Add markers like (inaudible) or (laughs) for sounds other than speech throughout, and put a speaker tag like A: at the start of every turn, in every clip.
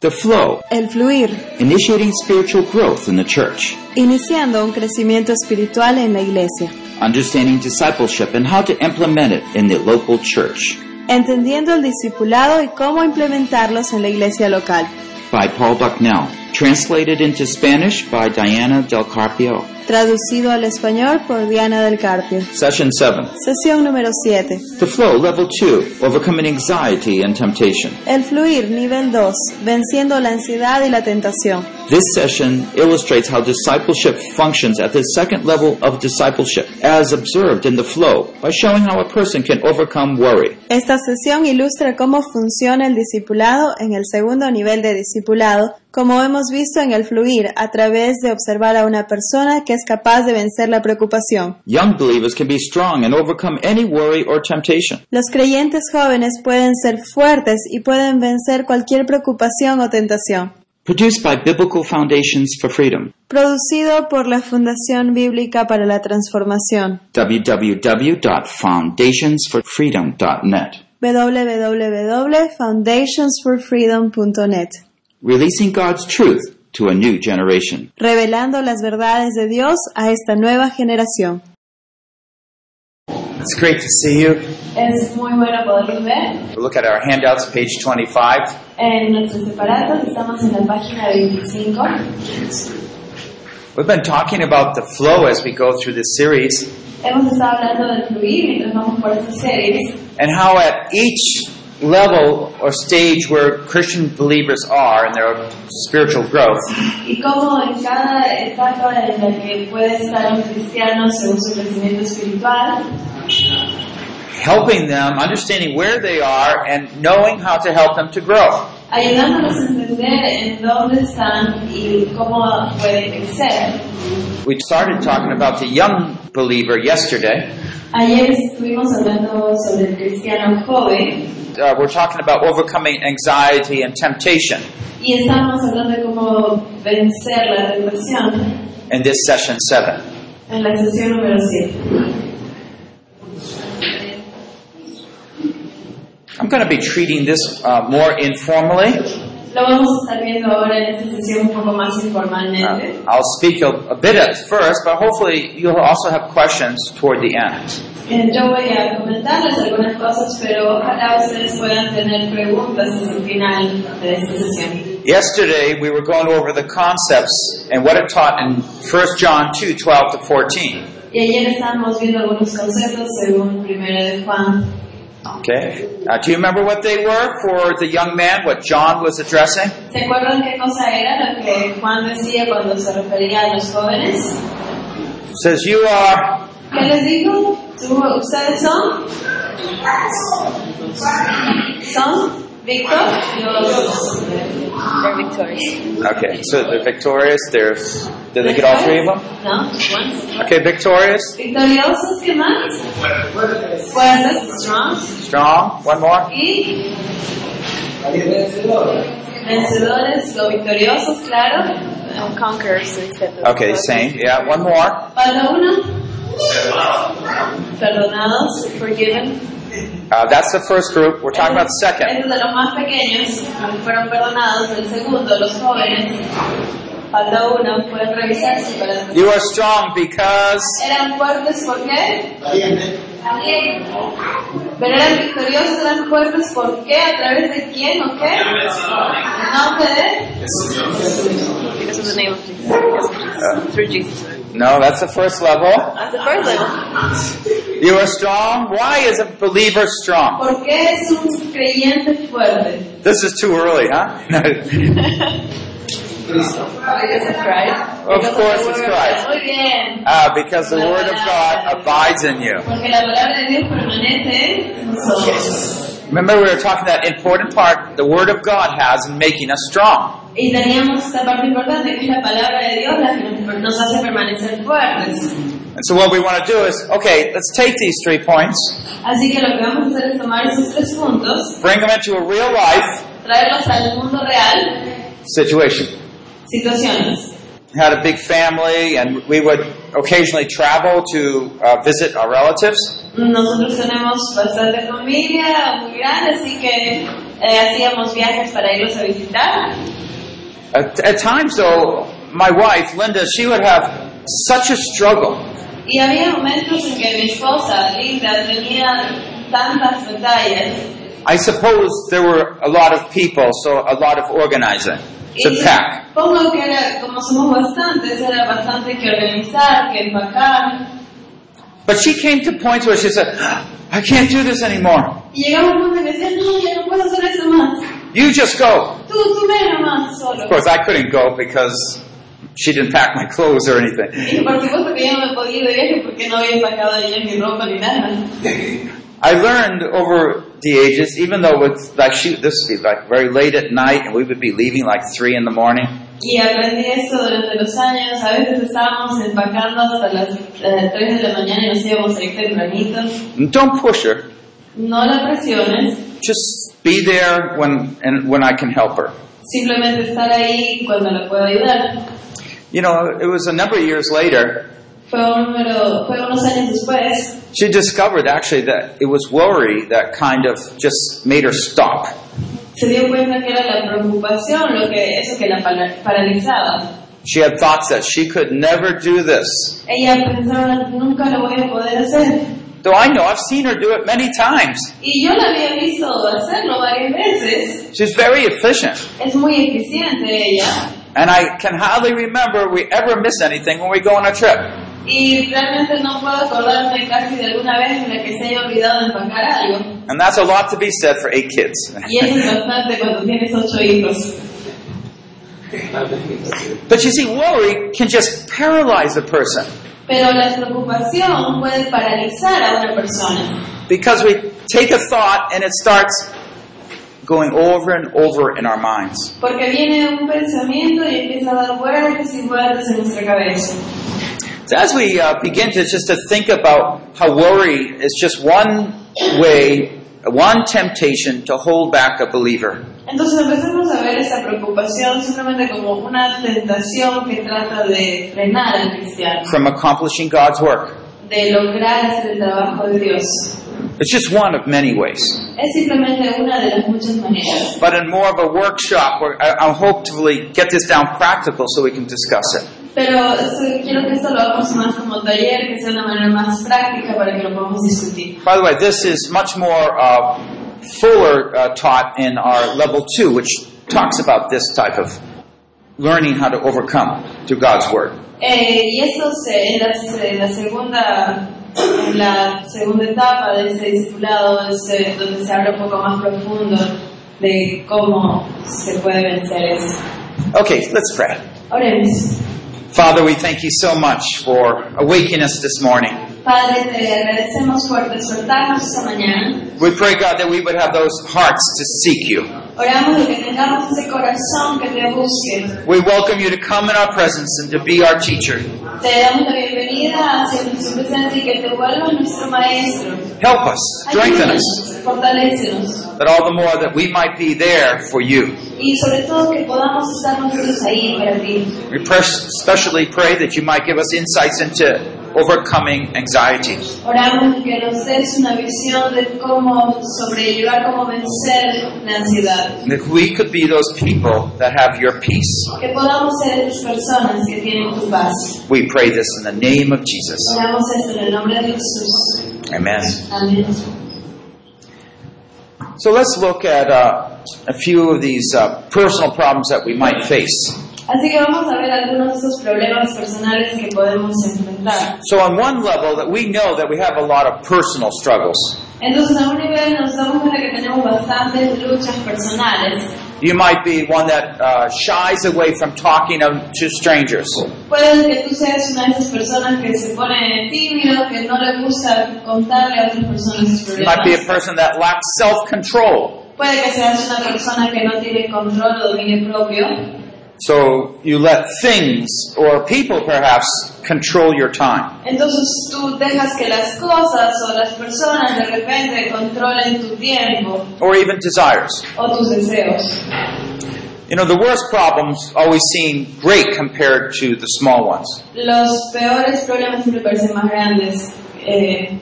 A: the flow,
B: el fluir,
A: initiating spiritual growth in the church,
B: iniciando un crecimiento espiritual en la iglesia,
A: understanding discipleship and how to implement it in the local church
B: entendiendo el discipulado y cómo implementarlos en la iglesia local,
A: by Paul Bucknell, translated into Spanish by Diana Del Carpio.
B: traducido al español por Diana del Carpio.
A: Session 7.
B: Sesión número 7.
A: The flow, level 2, overcoming anxiety and temptation.
B: El fluir, nivel 2, venciendo la ansiedad y la tentación.
A: This session illustrates how discipleship functions at the second level of discipleship, as observed in the flow, by showing how a person can overcome worry.
B: Esta sesión ilustra cómo funciona el discipulado en el segundo nivel de discipulado, como hemos visto en el fluir, a través de observar a una persona que es capaz de vencer la preocupación.
A: Young believers can be strong and overcome any worry or temptation.
B: Los creyentes jóvenes pueden ser fuertes y pueden vencer cualquier preocupación o tentación.
A: Produced by Biblical Foundations for Freedom,
B: Producido por la Fundación Bíblica para la Transformación,
A: www.foundationsforfreedom.net.
B: www.foundationsforfreedom.net,
A: Releasing God's truth to a new generation.
B: revelando las verdades de Dios a esta nueva generación.
A: It's great to see you.
B: Es muy bueno poderlos ver.
A: Look at our handouts, page 25.
B: En nuestros separados estamos en la página 25.
A: We've been talking about the flow as we go through this series
B: Hemos estado hablando del fluir mientras vamos por estas series.
A: and how at each level or stage where Christian believers are in their spiritual growth,
B: y cómo en cada etapa en la que puede estar un cristiano según su crecimiento espiritual,
A: helping them, understanding where they are, and knowing how to help them to grow.
B: ayudándonos a entender en dónde están y cómo pueden crecer.
A: We started talking about the young believer yesterday.
B: Ayer estuvimos hablando sobre el cristiano joven
A: Uh, we're talking about overcoming anxiety and temptation
B: y estábamos hablando de cómo vencer la tentación
A: in this session seven.
B: en la sesión número 7.
A: I'm going to be treating this uh, more informally.
B: Lo vamos a estar viendo ahora en esta sesión un poco más informalmente.
A: Uh, I'll speak a, a bit at first, but hopefully you'll also have questions toward the end.
B: Eh, Yo voy a comentarles algunas cosas, pero ojalá ustedes puedan tener preguntas en el final de esta sesión.
A: Yesterday we were going over the concepts and what it taught in 1 John 2, 12 to 14.
B: Y ayer estábamos viendo algunos conceptos según Primera de Juan.
A: Okay? Uh, do you remember what they were for the young man, what John was addressing?
B: ¿Se acuerdan qué cosa era lo que Juan decía cuando se refería a los jóvenes?
A: It says, You are
B: ¿Qué les digo? ¿Ustedes son? ¿Son? ¿Víctor? Los... They're victorious.
A: Okay, so they're victorious, they're did they get all three of them?
B: No, Juan.
A: Okay, victorious,
B: Victoriosos, ¿qué más? Fuertes, strong.
A: strong, one more.
B: Y vencedores, los victoriosos, claro. Conquerors,
A: Okay, same. Yeah, one more. Uh,
B: Pablo uno. Perdonados, forgiven.
A: Uh, that's the first group. We're talking about the second.
B: Es de los más pequeños, fueron perdonados. El segundo, los jóvenes. Pablo uno, pueden revisar su corazón.
A: You are strong because
B: Eran fuertes, ¿por qué? Pero eran victoriosos, eran fuertes, ¿por qué? ¿A través de quién o qué? ¿En nombre de? Because of the name of Jesus. Through Jesus.
A: No, that's the first level.
B: As the first level.
A: You are strong. Why is a believer strong?
B: ¿Por qué es un creyente fuerte?
A: This is too early, huh? (laughs)
B: Because of Christ.
A: Of
B: Because
A: course
B: the
A: it's
B: word.
A: Christ.
B: Muy bien.
A: Ah, because the word of God abides in you.
B: Porque la palabra de Dios permanece en nosotros.
A: Remember, we were talking that important part the word of God has in making us strong.
B: Y teníamos esta parte importante que es la palabra de Dios la que nos hace permanecer fuertes.
A: And so, what we want to do is okay, let's take these three points,
B: Así que lo que vamos a hacer es tomar esos tres puntos,
A: bring them into a real life
B: traerlos al mundo real,
A: situation.
B: situaciones.
A: Had a big family, and we would occasionally travel to uh, visit our relatives.
B: Nosotros tenemos bastante familia, muy grande, así que eh, hacíamos viajes para irlos a visitar.
A: At, at times, though, my wife, Linda, she would have such a struggle
B: Y había momentos en que mi esposa, Linda, tenía tantas batallas.
A: I suppose there were a lot of people, so a lot of organizing
B: Y
A: to pack.
B: supongo que era, como somos bastantes, era bastante que organizar, que empacar.
A: But she came to points where she said, I can't do this anymore.
B: Y llegaba un punto en que decía, no, ya no puedo hacer eso más.
A: You just go.
B: Tú, tú ve nomás solo.
A: Of course, I couldn't go because she didn't pack my clothes or anything.
B: Y (laughs) por supuesto que yo no me podía ir de viaje porque no había empacado ella mi ropa ni nada.
A: I learned over the ages, even though it's like, shoot, this would be like very late at night and we would be leaving like 3 in the morning.
B: Y aprendí eso durante los años. A veces estábamos empacando hasta las eh, 3 de la mañana y nos íbamos a ir tempranitos.
A: And don't push her.
B: No la presiones.
A: Just be there when, and when I can help her.
B: simplemente estar ahí cuando la puedo ayudar.
A: You know, it was a number of years later
B: Fue, un número, fue unos años después
A: She discovered actually that it was worry that kind of just made her stop.
B: se dio cuenta que era la preocupación lo que eso que la pala- paralizaba.
A: She had thoughts that she could never do this.
B: Ella pensaba nunca lo voy a poder hacer
A: Though I know I've seen her do it many times.
B: y yo la había visto hacerlo varias veces.
A: She's very efficient.
B: Es muy eficiente ella
A: And I can hardly remember we ever miss anything when we go on a trip.
B: y realmente no puedo acordarme casi de alguna vez en la que se haya olvidado de empacar algo.
A: And that's a lot to be said for eight kids.
B: Y eso es bastante cuando tienes ocho hijos.
A: (laughs) But you see, worry can just paralyze a person
B: Pero la preocupación puede paralizar a una persona.
A: because we take a thought and it starts going over and over in our minds.
B: Porque viene un pensamiento y empieza a dar vueltas y vueltas en nuestra cabeza.
A: So as we uh, begin to just to think about how worry is just one way, one temptation to hold back a believer.
B: Entonces empezamos a ver esa preocupación simplemente como una tentación que trata de frenar al cristiano,
A: From accomplishing God's work.
B: de lograr hacer el trabajo de Dios.
A: It's just one of many ways,
B: Es simplemente una de las muchas maneras.
A: but in more of a workshop where I- I'll hopefully get this down practical so we can discuss it.
B: Pero sí, quiero que esto lo hagamos más como taller, que sea una manera más práctica para que lo podamos discutir.
A: By the way, this is much more uh, fuller uh, taught in our level two, which talks about this type of learning how to overcome through God's word.
B: Eh, y eso se, en, la, se- la segunda en la segunda etapa de ese discipulado es eh, donde se habla un poco más profundo de cómo se puede vencer eso.
A: Okay, let's pray.
B: Oremos.
A: Father, we thank you so much for awakening us this morning.
B: Padre, te agradecemos por despertarnos esta mañana.
A: We pray, God, that we would have those hearts to seek you.
B: Oramos de que tengamos ese corazón que te busque.
A: We welcome you to come in our presence and to be our teacher.
B: Te damos la bienvenida hacia nuestra presencia y que te vuelvas nuestro maestro.
A: Help us, strengthen us,
B: Ayúdanos, fortalécenos.
A: that all the more that we might be there for you.
B: Y sobre todo que podamos estar nosotros ahí para ti.
A: We pres- especially pray that you might give us insights into overcoming anxiety.
B: Oramos que nos des una visión de cómo sobrellevar, cómo vencer la ansiedad.
A: And that we could be those people that have your peace.
B: Que podamos ser esas personas que tienen tu paz.
A: We pray this in the name of Jesus.
B: Oramos esto en el nombre de Jesús.
A: Amen.
B: Amén.
A: So let's look at uh, a few of these uh, personal problems that we might face.
B: Así que vamos a ver algunos de esos problemas personales que podemos enfrentar.
A: So, on one level, that we know that we have a lot of personal struggles.
B: Entonces, a un nivel nos damos cuenta que tenemos bastantes luchas personales.
A: You might be one that uh, shies away from talking to strangers.
B: Puede que tú seas una de esas personas que se pone tímido, que no le gusta contarle a otras personas sus
A: You might be a
B: problemas.
A: person that lacks self control.
B: Puede que seas una persona que no tiene control o dominio propio.
A: So, you let things or people perhaps control your time.
B: Entonces tú dejas que las cosas o las personas de repente controlen tu tiempo
A: Or even desires.
B: o tus deseos.
A: You know, the worst problems always seem great compared to the small ones.
B: Los peores problemas siempre parecen más grandes. eh,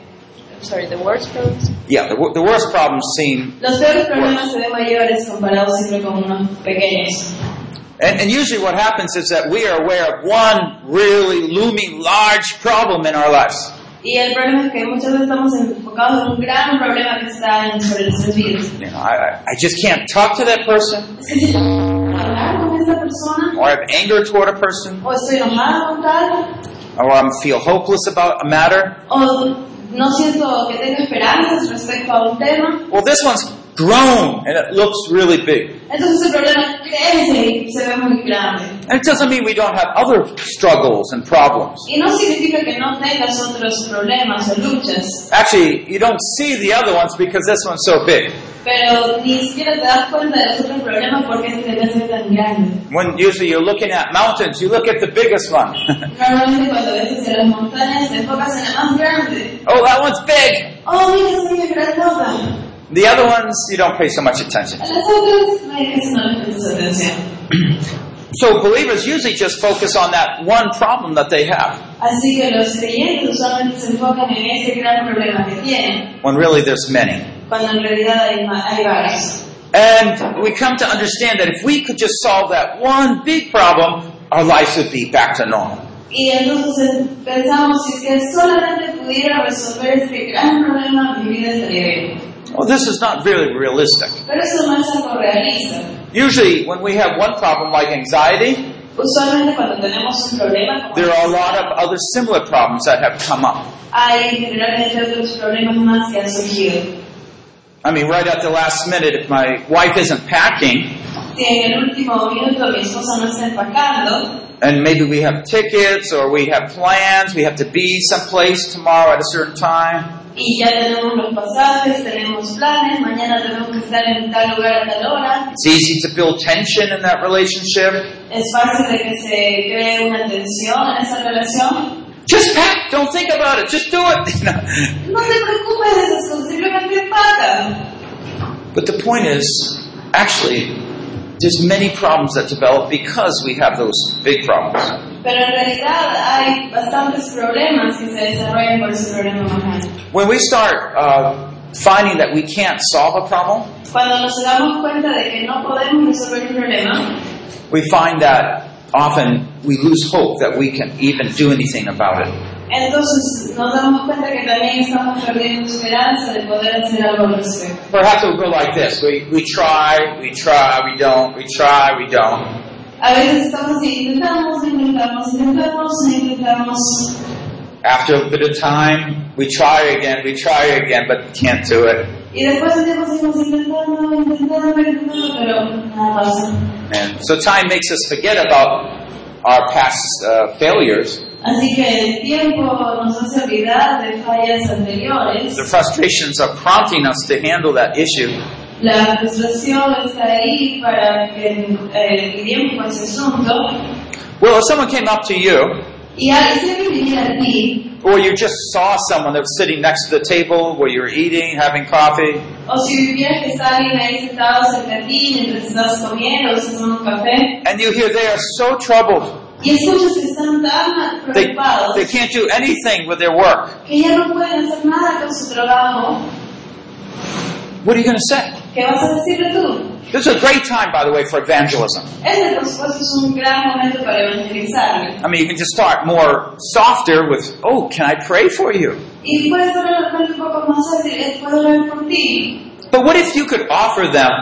B: sorry, the worst problems.
A: Yeah, the, wor- the worst problems seem
B: Los peores problemas se ven mayores comparados siempre con unos pequeños.
A: And, and usually what happens is that we are aware of one really looming large problem in our lives.
B: Y el problema es que muchas veces estamos enfocados en un gran problema que está en- sobre nuestras vidas.
A: You know, I, I- I just can't talk to that person,
B: Es que si yo hablar con esa persona,
A: or I have anger toward a person,
B: o estoy enojada con tal,
A: or I feel hopeless about a matter.
B: o no siento que tenga esperanzas respecto a un tema,
A: Well, this one's grown and it looks really big.
B: entonces el problema crece y se ve muy grande.
A: And it doesn't mean we don't have other struggles and problems.
B: Y no significa que no tengas otros problemas o luchas,
A: Actually, you don't see the other ones because this one's so big.
B: pero ni siquiera te das cuenta de los otros problemas porque este debe ser tan grande.
A: When usually you're looking at mountains, you look at the biggest one. oh,
B: Normalmente cuando ves hacia las montañas te enfocas en la más grande.
A: Oh, that one's big.
B: Oh, mira, esa es grandota.
A: The other ones, you don't pay so much attention.
B: A las otras, ay, eso no les prestas atención.
A: So believers usually just focus on that one problem that they have,
B: Así que los creyentes usualmente se enfocan en ese gran problema que tienen,
A: when really there's many.
B: cuando en realidad hay, ma- hay varios.
A: And we come to understand that if we could just solve that one big problem, our lives would be back to normal.
B: Y entonces eh, pensamos, si es que solamente pudiera resolver este gran problema, mi vida estaría bien.
A: Well, this is not really realistic.
B: Pero eso no es algo realista.
A: Usually, when we have one problem like anxiety,
B: Usualmente cuando tenemos un problema, como
A: there are a lot of other similar problems that have come up.
B: hay generalmente otros problemas más que han surgido.
A: I mean, right at the last minute, if my wife isn't packing,
B: Si en el último minuto mi esposa no está empacando,
A: and maybe we have tickets or we have plans, we have to be someplace tomorrow at a certain time,
B: y ya tenemos los pasajes, tenemos planes, mañana tenemos que estar en tal lugar a tal hora,
A: it's easy to build tension in that relationship.
B: es fácil de que se cree una tensión en esa relación.
A: Just pack, don't think about it, just do it. (laughs) You know?
B: No te preocupes de esas cosas, simplemente empaca.
A: But the point is, actually, there's many problems that develop because we have those big problems.
B: Pero en realidad hay bastantes problemas que se desarrollan por ese problema más grande.
A: When we start uh, finding that we can't solve a problem,
B: Cuando nos damos cuenta de que no podemos resolver un problema,
A: we find that often we lose hope that we can even do anything about it.
B: entonces nos damos cuenta que también estamos perdiendo esperanza de poder hacer algo al respecto.
A: Perhaps it would go like this we, we try, we try, we don't, we try, we don't.
B: A veces estamos y intentamos, intentamos, intentamos, intentamos.
A: After a bit of time, we try again, we try again, but can't do it.
B: Y después de tiempo seguimos intentando, intentando, intentando, pero nada pasa.
A: And so time makes us forget about our past uh, failures.
B: Así que el tiempo nos hace olvidar de fallas anteriores.
A: The frustrations are prompting us to handle that issue.
B: La frustración está ahí para que eh, lidiemos con ese asunto.
A: Well, if someone came up to you,
B: Y al si alguien viniera a ti,
A: or you just saw someone that was sitting next to the table where you were eating, having coffee,
B: o si vivieras que está alguien ahí sentado cerca de ti mientras estás comiendo o estás tomando un café,
A: and you hear they are so troubled,
B: y escuchas que están tan
A: they,
B: preocupados.
A: they can't do anything with their work,
B: que ya no pueden hacer nada con su trabajo,
A: what are you going to say?
B: ¿qué vas a decirle tú?
A: This is a great time, by the way, for evangelism.
B: Ese, por supuesto, es un gran momento para evangelizarle.
A: I mean, you can just start more softer with, oh, can I pray for you?
B: Y puedes hablar de repente un poco más fácil, eh, puedo orar por ti.
A: But what if you could offer them,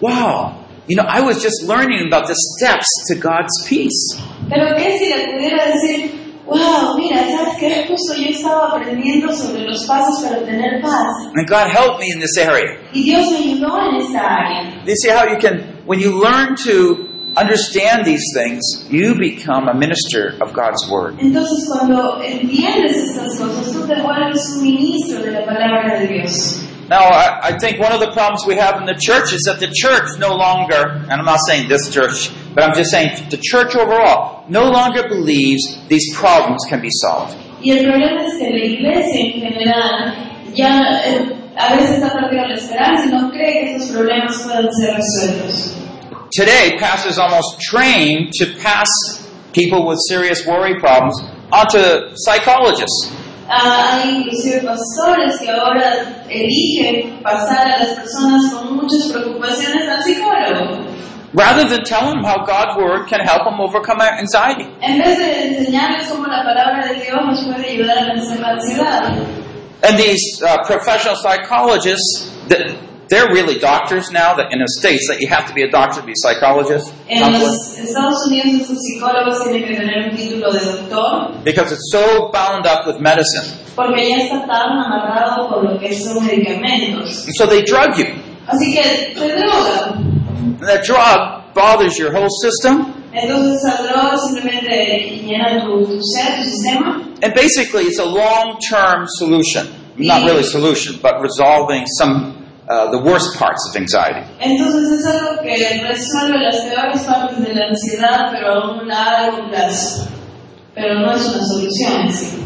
A: wow, you know, I was just learning about the steps to God's peace.
B: Pero ¿qué si le pudiera decir, wow, mira, ¿sabes qué? Justo yo estaba aprendiendo sobre los pasos para obtener paz.
A: And God help me in this area.
B: Y Dios me ayudó en esta área.
A: You see how you can, when you learn to understand these things, you become a minister of God's Word.
B: Entonces, cuando entiendes estas cosas, tú te vuelves un ministro de la palabra de Dios.
A: Now, I, I think one of the problems we have in the church is that the church no longer, and I'm not saying this church, but I'm just saying the church overall, no longer believes these problems can be solved.
B: Y el problema es que la iglesia en general ya eh, a veces está perdiendo la esperanza y no cree que esos problemas puedan ser resueltos.
A: Today, pastors almost trained to pass people with serious worry problems onto psychologists.
B: Ah, hay inclusive pastores que ahora eligen pasar a las personas con muchas preocupaciones al psicólogo.
A: rather than tell them how God's word can help them overcome our anxiety.
B: En vez de enseñarles cómo la palabra de Dios nos puede ayudar a vencer la ansiedad.
A: And these uh, professional psychologists, th- they're really doctors now that in the States that you have to be a doctor to be a psychologist.
B: En los Estados Unidos esos psicólogos tienen que tener un título de doctor
A: Because it's so bound up with medicine.
B: porque ya está tan amarrado con lo que son medicamentos.
A: And so they drug you.
B: Así que se drogan.
A: And that drug bothers your whole system.
B: Entonces esa droga simplemente llena tu, tu ser, tu sistema
A: And basically, it's a long term solution. Not really solution, but resolving some, uh, the worst parts of anxiety.
B: Entonces es algo que resuelve las peores partes de la ansiedad, pero a un largo plazo. Pero no es una solución en sí.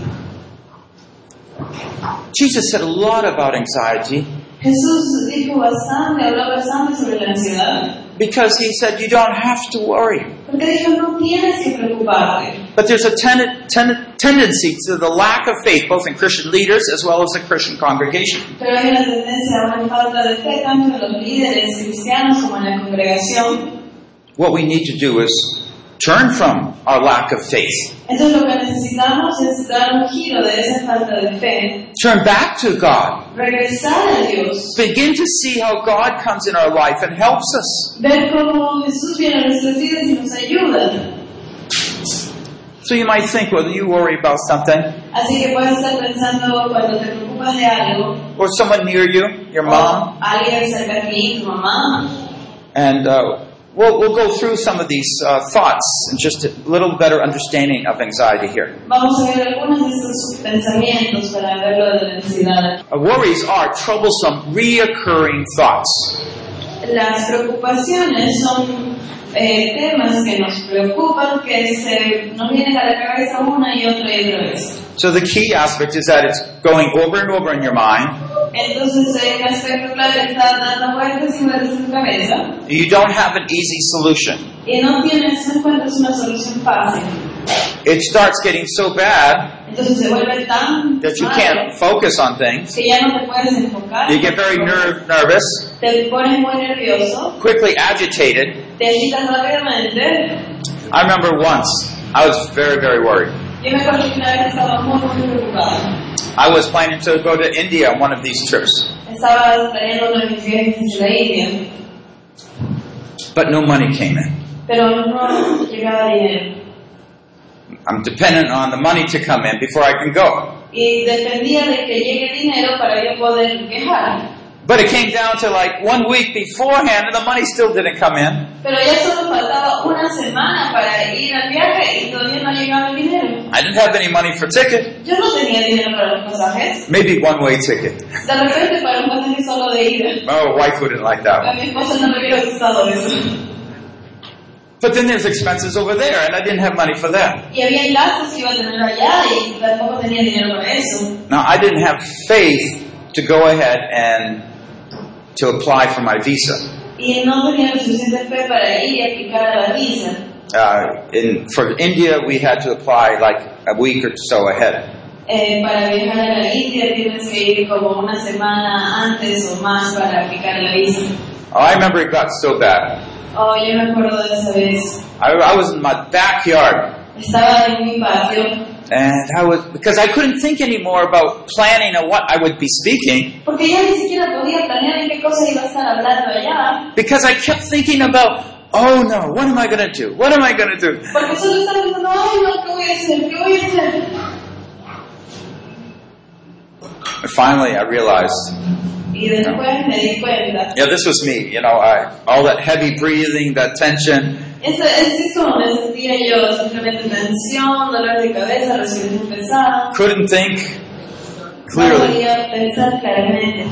A: Jesus said a lot about anxiety
B: Jesús dijo bastante, habló bastante sobre la ansiedad.
A: because he said you don't have to worry.
B: Porque dijo, no tienes que preocuparte.
A: But there's a ten- ten- tendency to the lack of faith, both in Christian leaders as well as the Christian congregation.
B: Pero hay una tendencia a una falta de fe, tanto en los líderes cristianos como en la congregación.
A: What we need to do is turn from our lack of faith,
B: Entonces lo que necesitamos es dar un giro de esa falta de fe,
A: turn back to God,
B: regresar a Dios,
A: begin to see how God comes in our life and helps us.
B: ver cómo Jesús viene a nuestras vidas y nos ayuda.
A: So you might think, well, you worry about something,
B: Así que puedes estar pensando cuando te preocupas de algo,
A: or someone near you, your mom,
B: o alguien cerca de ti, tu mamá,
A: and uh, we'll, we'll go through some of these uh, thoughts and just a little better understanding of anxiety here.
B: vamos a ver algunos de estos pensamientos para verlo de la ansiedad.
A: Uh, worries are troublesome, reoccurring thoughts.
B: Las preocupaciones son eh, temas que nos preocupan, que se nos vienen a la cabeza una y otra y otra vez.
A: So the key aspect is that it's going over and over in your mind.
B: Entonces hay un aspecto clave que está dando vueltas y vueltas en tu cabeza
A: You don't have an easy solution.
B: y no tienes, no encuentras una solución fácil.
A: It starts getting so bad
B: Entonces se vuelve tan
A: that you
B: malo
A: can't focus on things.
B: que ya no te puedes enfocar.
A: You get very nerve, nervous,
B: te pones muy nervioso,
A: quickly agitated.
B: te agitas rápidamente.
A: I remember once I was very, very worried.
B: Yo me acuerdo que una vez estaba muy, muy preocupada.
A: I was planning to go to India on one of these trips,
B: Estaba trayendo uno de mis viajes desde la India,
A: but no money came in.
B: pero no llegaba dinero.
A: I'm dependent on the money to come in before I can go.
B: Y dependía de que llegue dinero para yo poder viajar.
A: But it came down to like one week beforehand and the money still didn't come in.
B: Pero ya solo faltaba una semana para ir al viaje y todavía no llegaba el dinero.
A: I didn't have any money for ticket,
B: Yo no tenía dinero para los pasajes.
A: maybe one way ticket.
B: De repente para un pasaje solo de ida.
A: My wife wouldn't like that
B: A
A: one.
B: mi esposa no le hubiera gustado eso.
A: But then there's expenses over there, and I didn't have money for that.
B: Y había gastos que iba a tener allá y tampoco tenía dinero para eso.
A: Now I didn't have faith to go ahead and to apply for my visa.
B: Y no tenía la suficiente fe para ir y aplicar a la visa.
A: Uh, in, for India, we had to apply like a week or so ahead.
B: Eh, para viajar a la India tienes que ir como una semana antes o más para aplicar la visa.
A: Oh, I remember it got so bad.
B: Oh, yo me acuerdo de esa vez.
A: I, I was in my backyard.
B: Estaba en mi patio
A: And I was, because I couldn't think anymore about planning on what I would be speaking,
B: porque ya ni siquiera podía planear en qué cosas iba a estar hablando allá.
A: because I kept thinking about, oh no, what am I going to do? What am I going to do?
B: Porque solo estaba pensando, ay, no, ¿qué voy a hacer? ¿Qué voy a hacer?
A: And finally, I realized,
B: Y después me di cuenta.
A: yeah, this was me. You know, I, all that heavy breathing, that tension.
B: Eso, eso es como me sentía yo, simplemente tensión, dolor de cabeza, respiración pesada.
A: Couldn't think
B: No
A: clearly.
B: podía pensar claramente.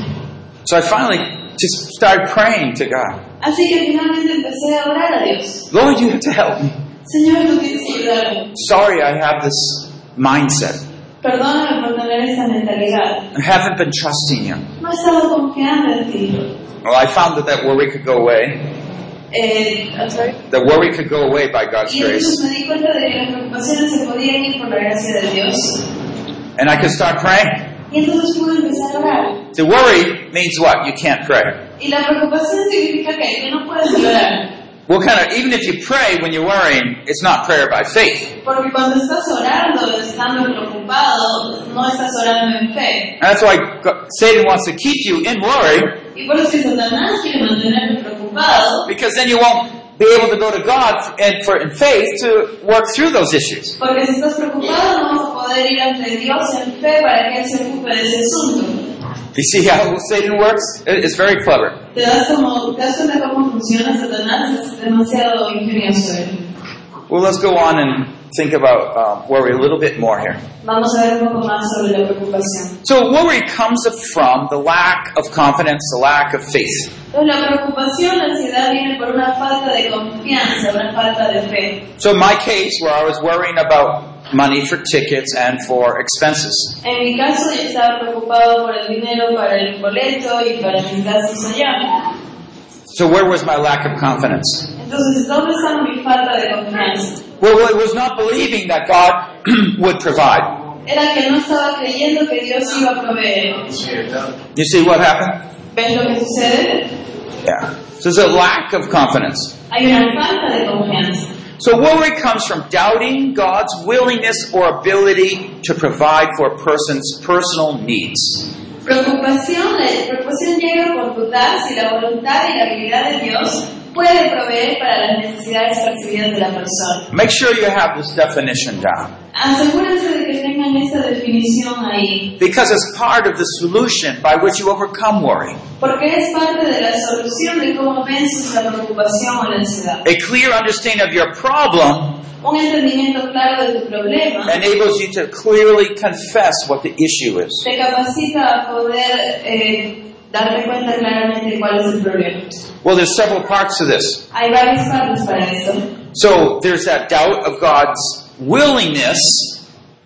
A: So I finally just started praying to God.
B: Así que finalmente empecé a orar a Dios.
A: Lord, you have to help me.
B: Señor, tú tienes que ayudarme.
A: Sorry, I have this mindset.
B: Perdóname por tener esa mentalidad.
A: I haven't been trusting you.
B: No he estado confiando en ti.
A: Well, I found that that worry could go away.
B: Eh, I'm sorry.
A: That worry could go away by God's
B: y
A: grace.
B: entonces me di cuenta de que las preocupaciones se podían ir por la gracia de Dios.
A: And I can start praying.
B: Y entonces pude empezar a orar.
A: To worry means what? You can't pray.
B: Y la preocupación significa que, que no puedes orar.
A: What kind of, even if you pray when you're worrying, it's not prayer by faith.
B: Porque cuando estás orando, estando preocupado, no estás orando en fe.
A: And that's why G- Satan wants to keep you in worry,
B: Y por eso que Satanás quiere mantenerte preocupado,
A: because then you won't be able to go to God and for in faith to work through those issues.
B: porque si estás preocupado no vas a poder ir ante Dios en fe para que Él se ocupe de ese asunto.
A: You see how Satan works? It- It's very clever.
B: Te das, como, te das cuenta cómo funciona Satanás, es demasiado ingenioso él.
A: Well, let's go on and think about um, worry a little bit more here.
B: Vamos a ver un poco más sobre la preocupación.
A: So, worry comes from the lack of confidence, the lack of faith.
B: Entonces la preocupación, la ansiedad viene por una falta de confianza, una falta de fe.
A: So, in my case, where I was worrying about money for tickets and for expenses,
B: En mi caso yo estaba preocupado por el dinero para el boleto y para mis gastos allá.
A: so where was my lack of confidence?
B: Entonces, ¿dónde está mi falta de confianza?
A: Well, it was not believing that God (clears throat) would provide.
B: Era que no estaba creyendo que Dios iba a proveer.
A: You see what happened?
B: ¿Ves lo que sucede?
A: Yeah. So there's a lack of confidence.
B: Hay una falta de confianza.
A: So worry comes from doubting God's willingness or ability to provide for a person's personal needs.
B: Preocupación, la preocupación llega por dudar si la voluntad y la habilidad de Dios puede proveer para las necesidades percibidas de la persona.
A: Make sure you have this definition down
B: Asegúrense de que tengan esta definición ahí,
A: because it's part of the solution by which you overcome worry.
B: porque es parte de la solución de cómo vences la preocupación o la ansiedad.
A: A clear understanding of your problem
B: Un entendimiento claro de tu problema
A: enables you to clearly confess what the issue is.
B: te capacita a poder eh, darte cuenta claramente cuál es el problema.
A: Well, there's several parts to this.
B: Hay varias partes para eso.
A: So there's that doubt of God's willingness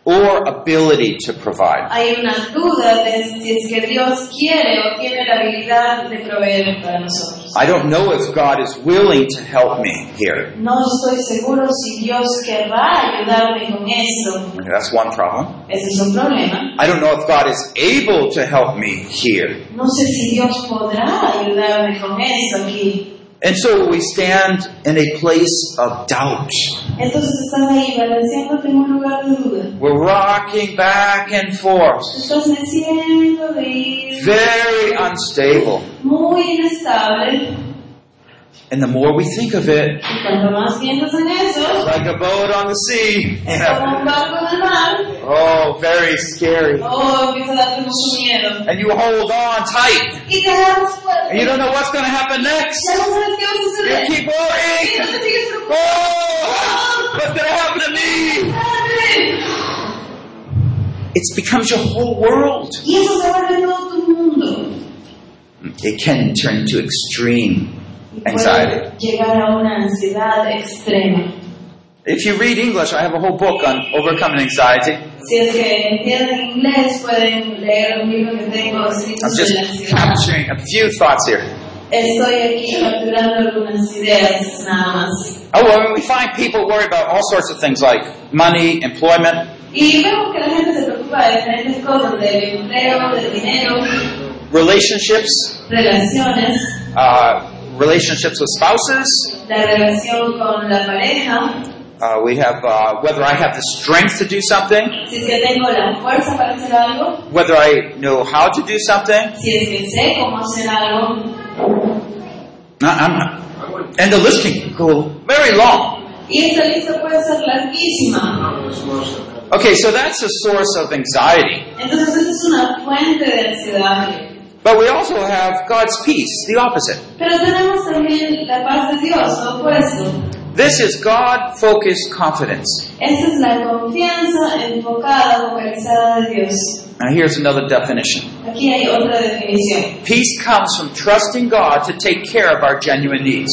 A: or ability to provide.
B: Hay una duda de si es que Dios quiere o tiene la habilidad de proveer para nosotros.
A: I don't know if God is willing to help me here.
B: No estoy seguro si Dios querrá ayudarme con esto.
A: Okay, that's one problem.
B: Ese es un problema.
A: I don't know if God is able to help me here.
B: No sé si Dios podrá ayudarme con esto aquí.
A: And so we stand in a place of doubt.
B: Entonces estás ahí balanceándote en un lugar de duda.
A: We're rocking back and forth,
B: Te estás meciendo de ir
A: very unstable.
B: muy inestable.
A: And the more we think of it,
B: Y cuanto más piensas en eso,
A: like a boat on the sea, (laughs)
B: es como un barco de mar.
A: oh, very scary.
B: Oh, empieza a darte mucho miedo.
A: And you hold on tight.
B: Y te agarras fuerte.
A: And you don't know what's going to happen
B: Ya
A: next.
B: no sabes qué va a
A: You
B: suceder.
A: keep
B: Y no
A: worrying.
B: te sigues preocupando.
A: Oh, what's going to happen to me? It becomes your whole world.
B: Y eso se vuelve todo tu mundo.
A: It can turn into extreme
B: Y
A: anxiety.
B: puede llegar a una ansiedad extrema.
A: If you read English, I have a whole book on overcoming anxiety.
B: Si es que entienden inglés, pueden leer un libro que tengo escrito
A: I'm
B: sobre la
A: just
B: ansiedad.
A: capturing a few thoughts here.
B: Estoy aquí capturando algunas ideas nada más.
A: Oh, well, I mean, we find people worry about all sorts of things like money, employment,
B: Y vemos que la gente se preocupa de diferentes cosas, del empleo, del dinero,
A: relationships,
B: relaciones,
A: uh, relationships with spouses.
B: la relación con la pareja,
A: Uh, we have uh, whether I have the strength to do something.
B: si es que tengo la fuerza para hacer algo,
A: whether I know how to do something.
B: si es que sé cómo hacer algo.
A: No, I'm not. Uh, And the list can go very long.
B: Y esta lista puede ser larguísima.
A: Okay, so that's a source of anxiety.
B: Entonces, esa es una fuente de ansiedad.
A: But we also have God's peace, the opposite.
B: Pero tenemos también la paz de Dios, lo opuesto.
A: This is God focused confidence.
B: Esta es la confianza enfocada, focalizada de Dios.
A: Now, here's another definition
B: Aquí hay otra definición.
A: peace comes from trusting God to take care of our genuine needs.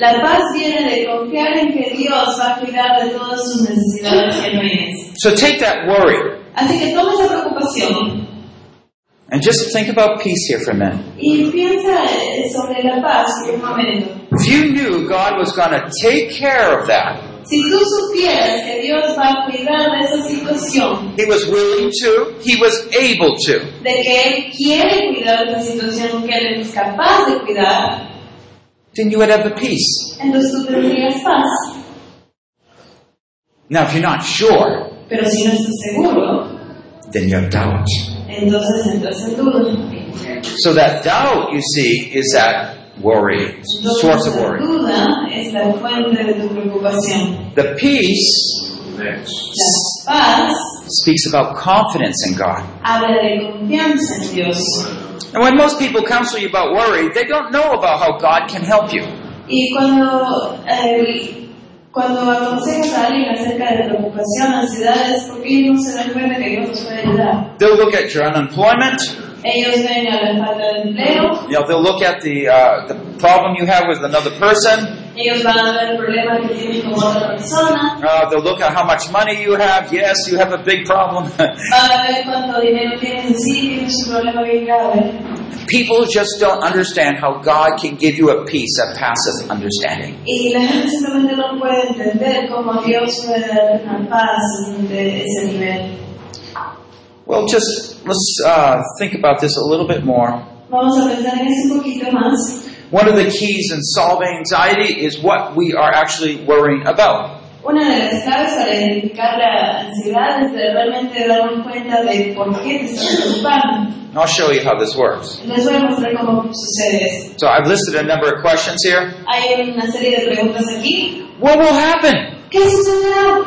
B: La paz viene de confiar en que Dios va a cuidar de todas sus necesidades genuinas.
A: So take that worry
B: Así que toma esa preocupación
A: and just think about peace here for a minute.
B: y piensa eh, sobre la paz por un momento.
A: If you knew God was going to take care of that,
B: Si tú supieras que Dios va a cuidar de esa situación,
A: He was willing to, He was able to.
B: de que Él quiere cuidar de esa situación, que Él es capaz de cuidar,
A: then you would have the peace.
B: entonces tú tendrías paz.
A: Now, if you're not sure,
B: Pero si no estás seguro,
A: then you have doubt.
B: entonces entras en duda.
A: So that doubt, you see, is that worry, source
B: Entonces
A: of
B: la
A: worry.
B: duda es la fuente de tu preocupación.
A: The peace
B: La paz
A: speaks about confidence in God.
B: habla de confianza en Dios.
A: And when most people counsel you about worry, they don't know about how God can help you.
B: Y cuando, eh, cuando aconsejas a alguien acerca de preocupación, ansiedad, es porque ellos no se dan cuenta que Dios los puede ayudar.
A: They'll look at your unemployment.
B: Ellos ven a la falta de empleo,
A: You know, they'll look at the, uh, the problem you have with another person.
B: ellos van a ver el problema que tienen con otra persona,
A: Uh, they'll look at how much money you have. Yes, you have a big problem. (laughs)
B: van a ver cuánto dinero tienes y sí, tienes un problema bien grave.
A: People just don't understand how God can give you a peace that passes understanding.
B: Y la gente simplemente no puede entender cómo Dios puede dar una paz de ese nivel.
A: Well, just let's uh, think about this a little bit more.
B: Vamos a pensar en eso un poquito más.
A: One of the keys in solving anxiety is what we are actually worrying about.
B: Una de las claves para identificar la ansiedad es de realmente darnos cuenta de por qué te estás preocupando.
A: And I'll show you how this works.
B: Les voy a mostrar cómo sucede eso.
A: So I've listed a number of questions here.
B: Hay una serie de preguntas aquí.
A: What will happen?
B: ¿Qué sucederá?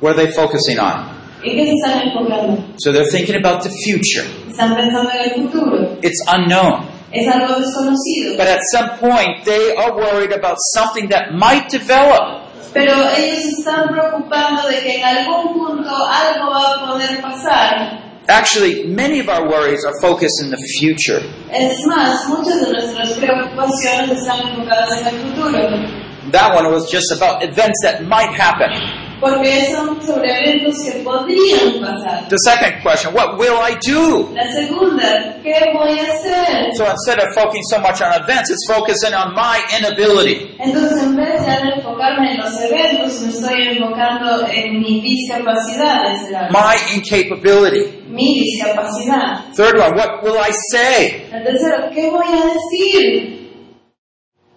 A: What are they focusing on?
B: ¿En qué se están enfocando?
A: So they're thinking about the future.
B: Están pensando en el futuro.
A: It's unknown.
B: Es algo desconocido.
A: But at some point, they are worried about something that might develop.
B: Pero ellos se están preocupando de que en algún punto algo va a poder pasar.
A: Actually, many of our worries are focused in the future.
B: Es más, muchas de nuestras preocupaciones están enfocadas en el futuro.
A: That one was just about events that might happen.
B: porque son sobre eventos que podrían pasar.
A: The second question, what will I do?
B: La segunda, ¿qué voy a hacer?
A: So instead of focusing so much on events, it's focusing on my inability.
B: Entonces, en vez ya de enfocarme en los eventos, me estoy enfocando en mi discapacidad, es la-
A: my incapability.
B: mi discapacidad.
A: Third one, what will I say?
B: La tercera, ¿qué voy a decir?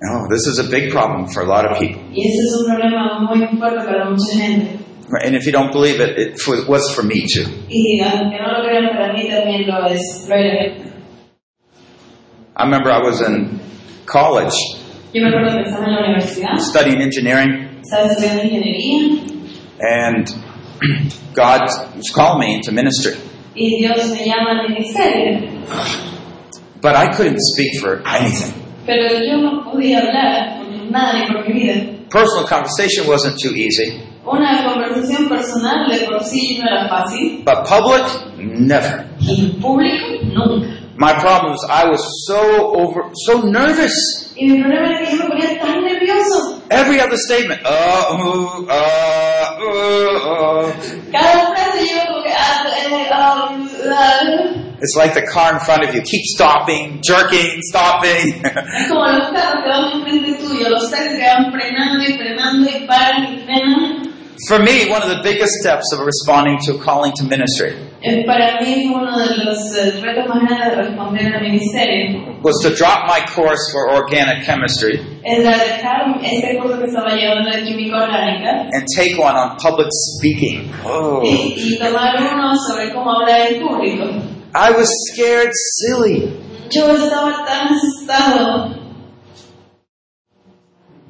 A: Oh, this is a big problem for a lot of people.
B: Y ese es un problema muy fuerte para mucha gente.
A: And if you don't believe it, it f- was for me too.
B: Y aunque no lo crean, para mí también lo es. Lo era.
A: I remember I was in college
B: Yo me acuerdo que estaba en la universidad,
A: studying engineering,
B: estaba estudiando ingeniería,
A: and (clears throat) God was calling me into ministry.
B: y Dios me llama al ministerio.
A: But I couldn't speak for anything.
B: Pero yo no podía hablar por nada ni por mi vida.
A: Personal conversation wasn't too easy,
B: Una conversación personal de por sí no era fácil.
A: but public, never.
B: Y público, nunca.
A: My problem was I was so over, so nervous.
B: Y mi problema era que yo me ponía tan nervioso.
A: Every other statement, uh, uh, uh, uh, uh.
B: Cada frase yo como que... ah, eh, ah, ah.
A: It's like the car in front of you. Keep stopping, jerking, stopping. (laughs)
B: Es como los carros que van enfrente tuyo, los taxis que van frenando y frenando y paran y frenan.
A: For me, one of the biggest steps of responding to a calling to ministry
B: Eh, Para mí uno de los eh, retos más grandes de responder al ministerio
A: was to drop my course for organic chemistry
B: es la dejar este curso que estaba llevando de química orgánica
A: and take one on public speaking. Oh.
B: y, y tomar uno sobre cómo hablar en público.
A: I was scared silly.
B: Yo estaba tan asustado,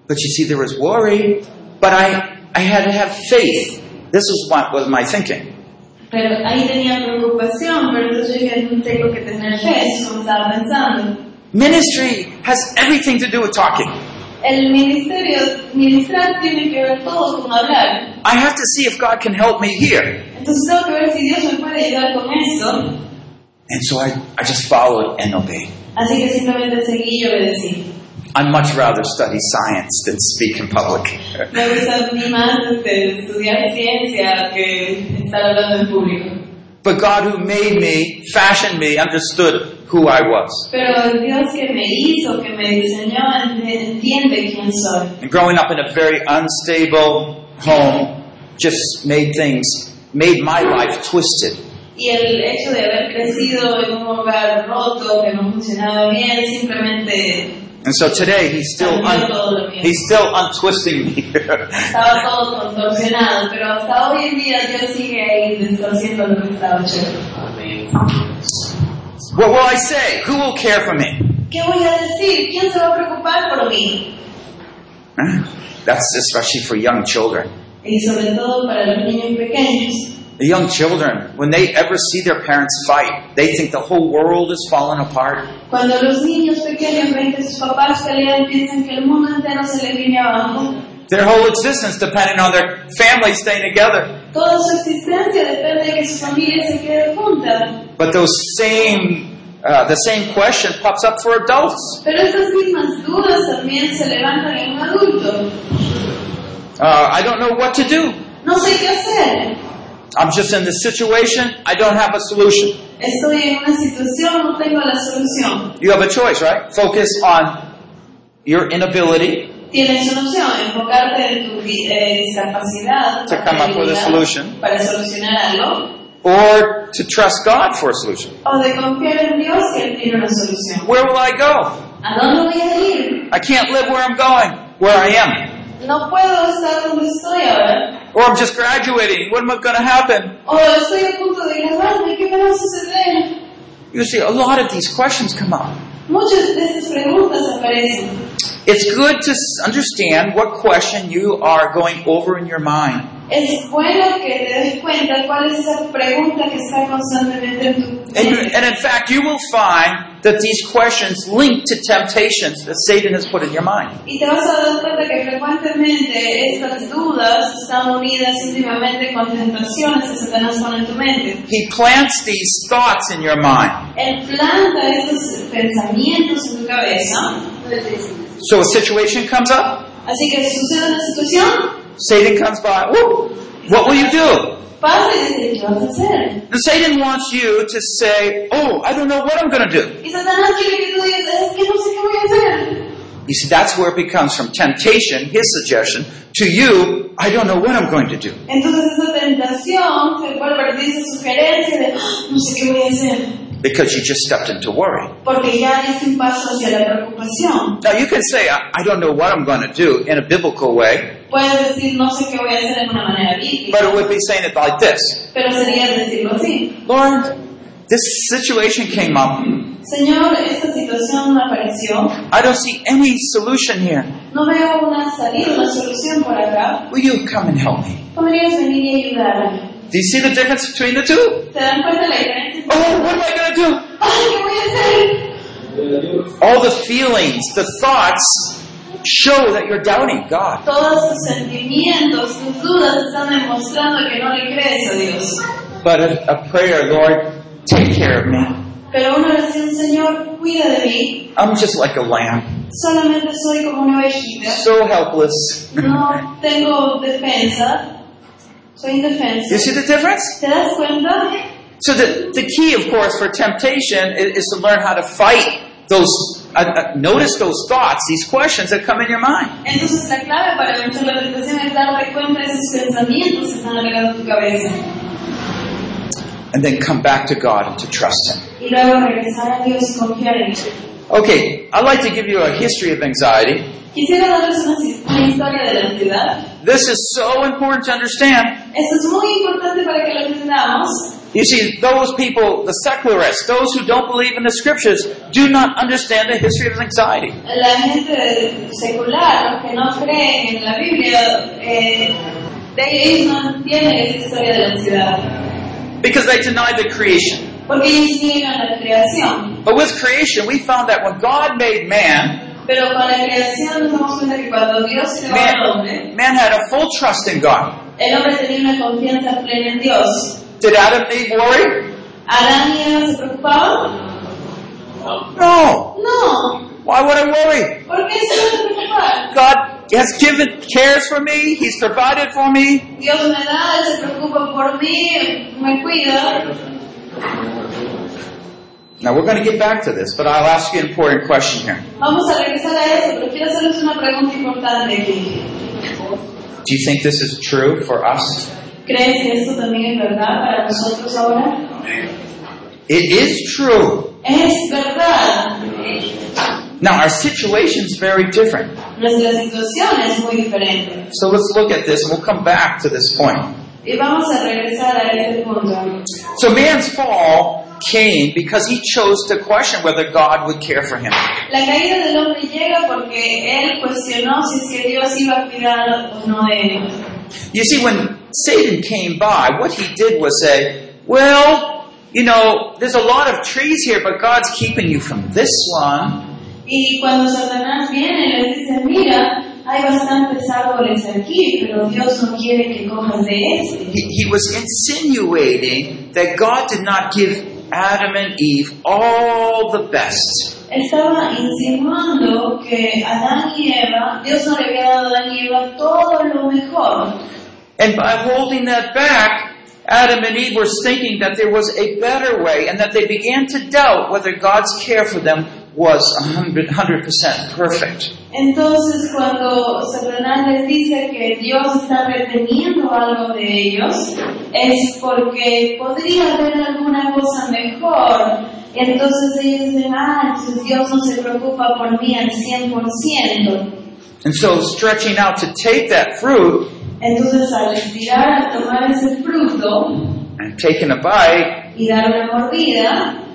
A: But you see, there was worry, but I, I had to have faith. This was what was my thinking.
B: pero ahí tenía preocupación, pero entonces yo dije, no tengo que tener fe, eso es como estaba pensando.
A: Ministry has everything to do with talking.
B: El ministerio, ministrar tiene que ver todo con hablar.
A: I have to see if God can help me here.
B: Entonces tengo que ver si Dios me puede ayudar con eso.
A: And so I, I just followed and obeyed.
B: Así que simplemente seguí y obedecí.
A: I'd much rather study science than speak in public.
B: Me gusta a mí más este, estudiar ciencia que estar hablando en público.
A: But God, who made me, fashioned me, understood who I was.
B: Pero el Dios que me hizo, que me diseñó, entiende quién soy.
A: And growing up in a very unstable home just made things, made my life twisted.
B: Y el hecho de haber crecido en un hogar roto que no funcionaba bien simplemente
A: And so today he's still un- he's still untwisting me. (laughs)
B: Estaba todo contorsionado, pero hasta hoy en día Dios sigue ahí destorciendo lo que estaba hecho.
A: what will I say? Who will care for me? (laughs)
B: ¿Qué voy a decir? ¿Quién se va a preocupar por mí?
A: That's especially for young children.
B: Y sobre todo para los niños pequeños.
A: The young children, when they ever see their parents fight, they think the whole world is falling apart.
B: Cuando los niños pequeños ven que sus papás pelean, piensan que el mundo entero se les viene abajo.
A: Their whole existence depending on their family staying together.
B: Toda su existencia depende de que su familia se quede junta.
A: But those same uh, the same question pops up for adults.
B: Pero estas mismas dudas también se levantan en un adulto.
A: Uh, I don't know what to do.
B: No sé qué hacer.
A: I'm just in this situation. I don't have a solution.
B: Estoy en una situación, no tengo la solución.
A: You have a choice, right? Focus on your inability
B: Tienes una opción, enfocarte en tu di- eh, discapacidad
A: To come up with a solution.
B: para solucionar algo
A: or to trust God for a solution.
B: o de confiar en Dios que Él tiene una solución.
A: Where will I go?
B: ¿A dónde voy a ir?
A: I can't live where I'm going, where I am.
B: No puedo estar donde estoy ahora.
A: Or I'm just graduating. What am I going to happen?
B: O estoy a punto de graduarme, ¿qué me va a suceder?
A: You see, a lot of these questions come up.
B: Muchas de esas preguntas aparecen.
A: It's good to s- understand what question you are going over in your mind.
B: Es bueno que te des cuenta cuál es esa pregunta que está constantemente en tu
A: And,
B: mente.
A: and in fact, you will find that these questions link to temptations that Satan has put in your mind.
B: Y te vas a dar cuenta que frecuentemente estas dudas están unidas íntimamente con tentaciones que Satanás pone en tu mente.
A: He plants these thoughts in your mind.
B: Él planta esos pensamientos en tu cabeza.
A: So a situation comes up,
B: Así que sucede una situación,
A: Satan comes by, Woo, what will you do?
B: pasa y dice, ¿qué vas a hacer?
A: And Satan wants you to say, oh, I don't know what I'm going to do.
B: Y Satanás quiere que tú digas, es que no sé qué voy a hacer.
A: You see, that's where it becomes from temptation, his suggestion, to you, I don't know what I'm going to do.
B: Entonces esa tentación se puede convertir en sugerencia de, "Ah, no sé qué voy a hacer.
A: Because you just stepped into worry.
B: Porque ya es un paso hacia la preocupación.
A: Now, you can say, I, I don't know what I'm going to do in a biblical way,
B: Puedes decir, no sé qué voy a hacer de una manera bíblica.
A: but it would be saying it like this
B: Pero sería decirlo así.
A: Lord, this situation came up.
B: Señor, esta situación me apareció.
A: I don't see any solution here.
B: No veo una salida, una solución por acá.
A: Will you come and help me?
B: ¿Podrías venir y ayudarme?
A: Do you see the difference between the two?
B: ¿Se dan cuenta de la diferencia?
A: Oh, what am I going to
B: ¡Ay, qué voy a hacer!
A: do? All the feelings, the thoughts show that you're doubting God.
B: Todos tus sentimientos, tus dudas están demostrando que no le crees a Dios.
A: But a, a prayer, Lord, take care of me.
B: Pero una oración, Señor, cuida de mí.
A: I'm just like a lamb,
B: Solamente soy como una ovejita.
A: so helpless.
B: No tengo defensa. Soy
A: You
B: indefensa.
A: see the difference?
B: ¿Te das cuenta?
A: So the, the key, of course, for temptation is, is to learn how to fight those, uh, uh, notice those thoughts, these questions that come in your mind.
B: Entonces la clave para vencer la tentación es darte cuenta de esos pensamientos que están alrededor de tu cabeza
A: And then come back to God and to trust Him.
B: y luego regresar a Dios y confiar en Él.
A: Okay, I'd like to give you a history of anxiety.
B: Quisiera darles una, his- una historia de la ansiedad.
A: This is so important to understand.
B: Esto es muy importante para que lo entendamos.
A: You see, those people, the secularists, those who don't believe in the scriptures, do not understand the history of anxiety.
B: La gente secular, los que no creen en la Biblia, eh, de ellos no entienden esa historia de la ansiedad.
A: because they denied the creation.
B: Porque ellos niegan la creación.
A: But with creation, we found that when God made man,
B: Pero con la creación nos damos cuenta que cuando Dios creó al hombre,
A: man, man had a full trust in God.
B: el hombre tenía una confianza plena en Dios.
A: Did Adam and Eve worry?
B: ¿Adán y Eva se preocupaban?
A: No.
B: No.
A: Why would I worry?
B: ¿Por qué se van a preocupar?
A: God has given, cares for me. He's provided for me.
B: Dios me da, Él se preocupa por mí, me cuida.
A: Now we're going to get back to this, but I'll ask you an important question here.
B: Vamos a regresar a eso, pero quiero hacerles una pregunta importante aquí.
A: Do you think this is true for us?
B: ¿Crees que esto también es verdad para nosotros ahora?
A: It is true.
B: Es verdad.
A: Now, our situation is very different.
B: Nuestra situación es muy diferente.
A: So let's look at this, and we'll come back to this point.
B: Y vamos a regresar a este punto.
A: So man's fall came because he chose to question whether God would care for him.
B: La caída del hombre llega porque él cuestionó si es que Dios iba a cuidar o no de él.
A: You see, when Satan came by, what he did was say, Well, you know, there's a lot of trees here, but God's keeping you from this one.
B: Y cuando Satanás viene, les dice, mira, hay bastantes árboles aquí, pero Dios no quiere que cojas de este.
A: He, he was insinuating that God did not give Adam and Eve all the best.
B: Estaba insinuando que Adán y Eva, Dios no le había dado a Adán y Eva todo lo mejor.
A: And by holding that back, Adam and Eve were thinking that there was a better way and that they began to doubt whether God's care for them was 100%, 100% perfect.
B: Entonces, cuando Satanás les dice que Dios está reteniendo algo de ellos, es porque podría haber alguna cosa mejor. Entonces ellos dicen, ah, entonces Dios no se preocupa por mí al 100%.
A: And so, stretching out to take that fruit
B: Entonces, al estirar, al tomar ese fruto
A: and taking a bite,
B: y dar una mordida,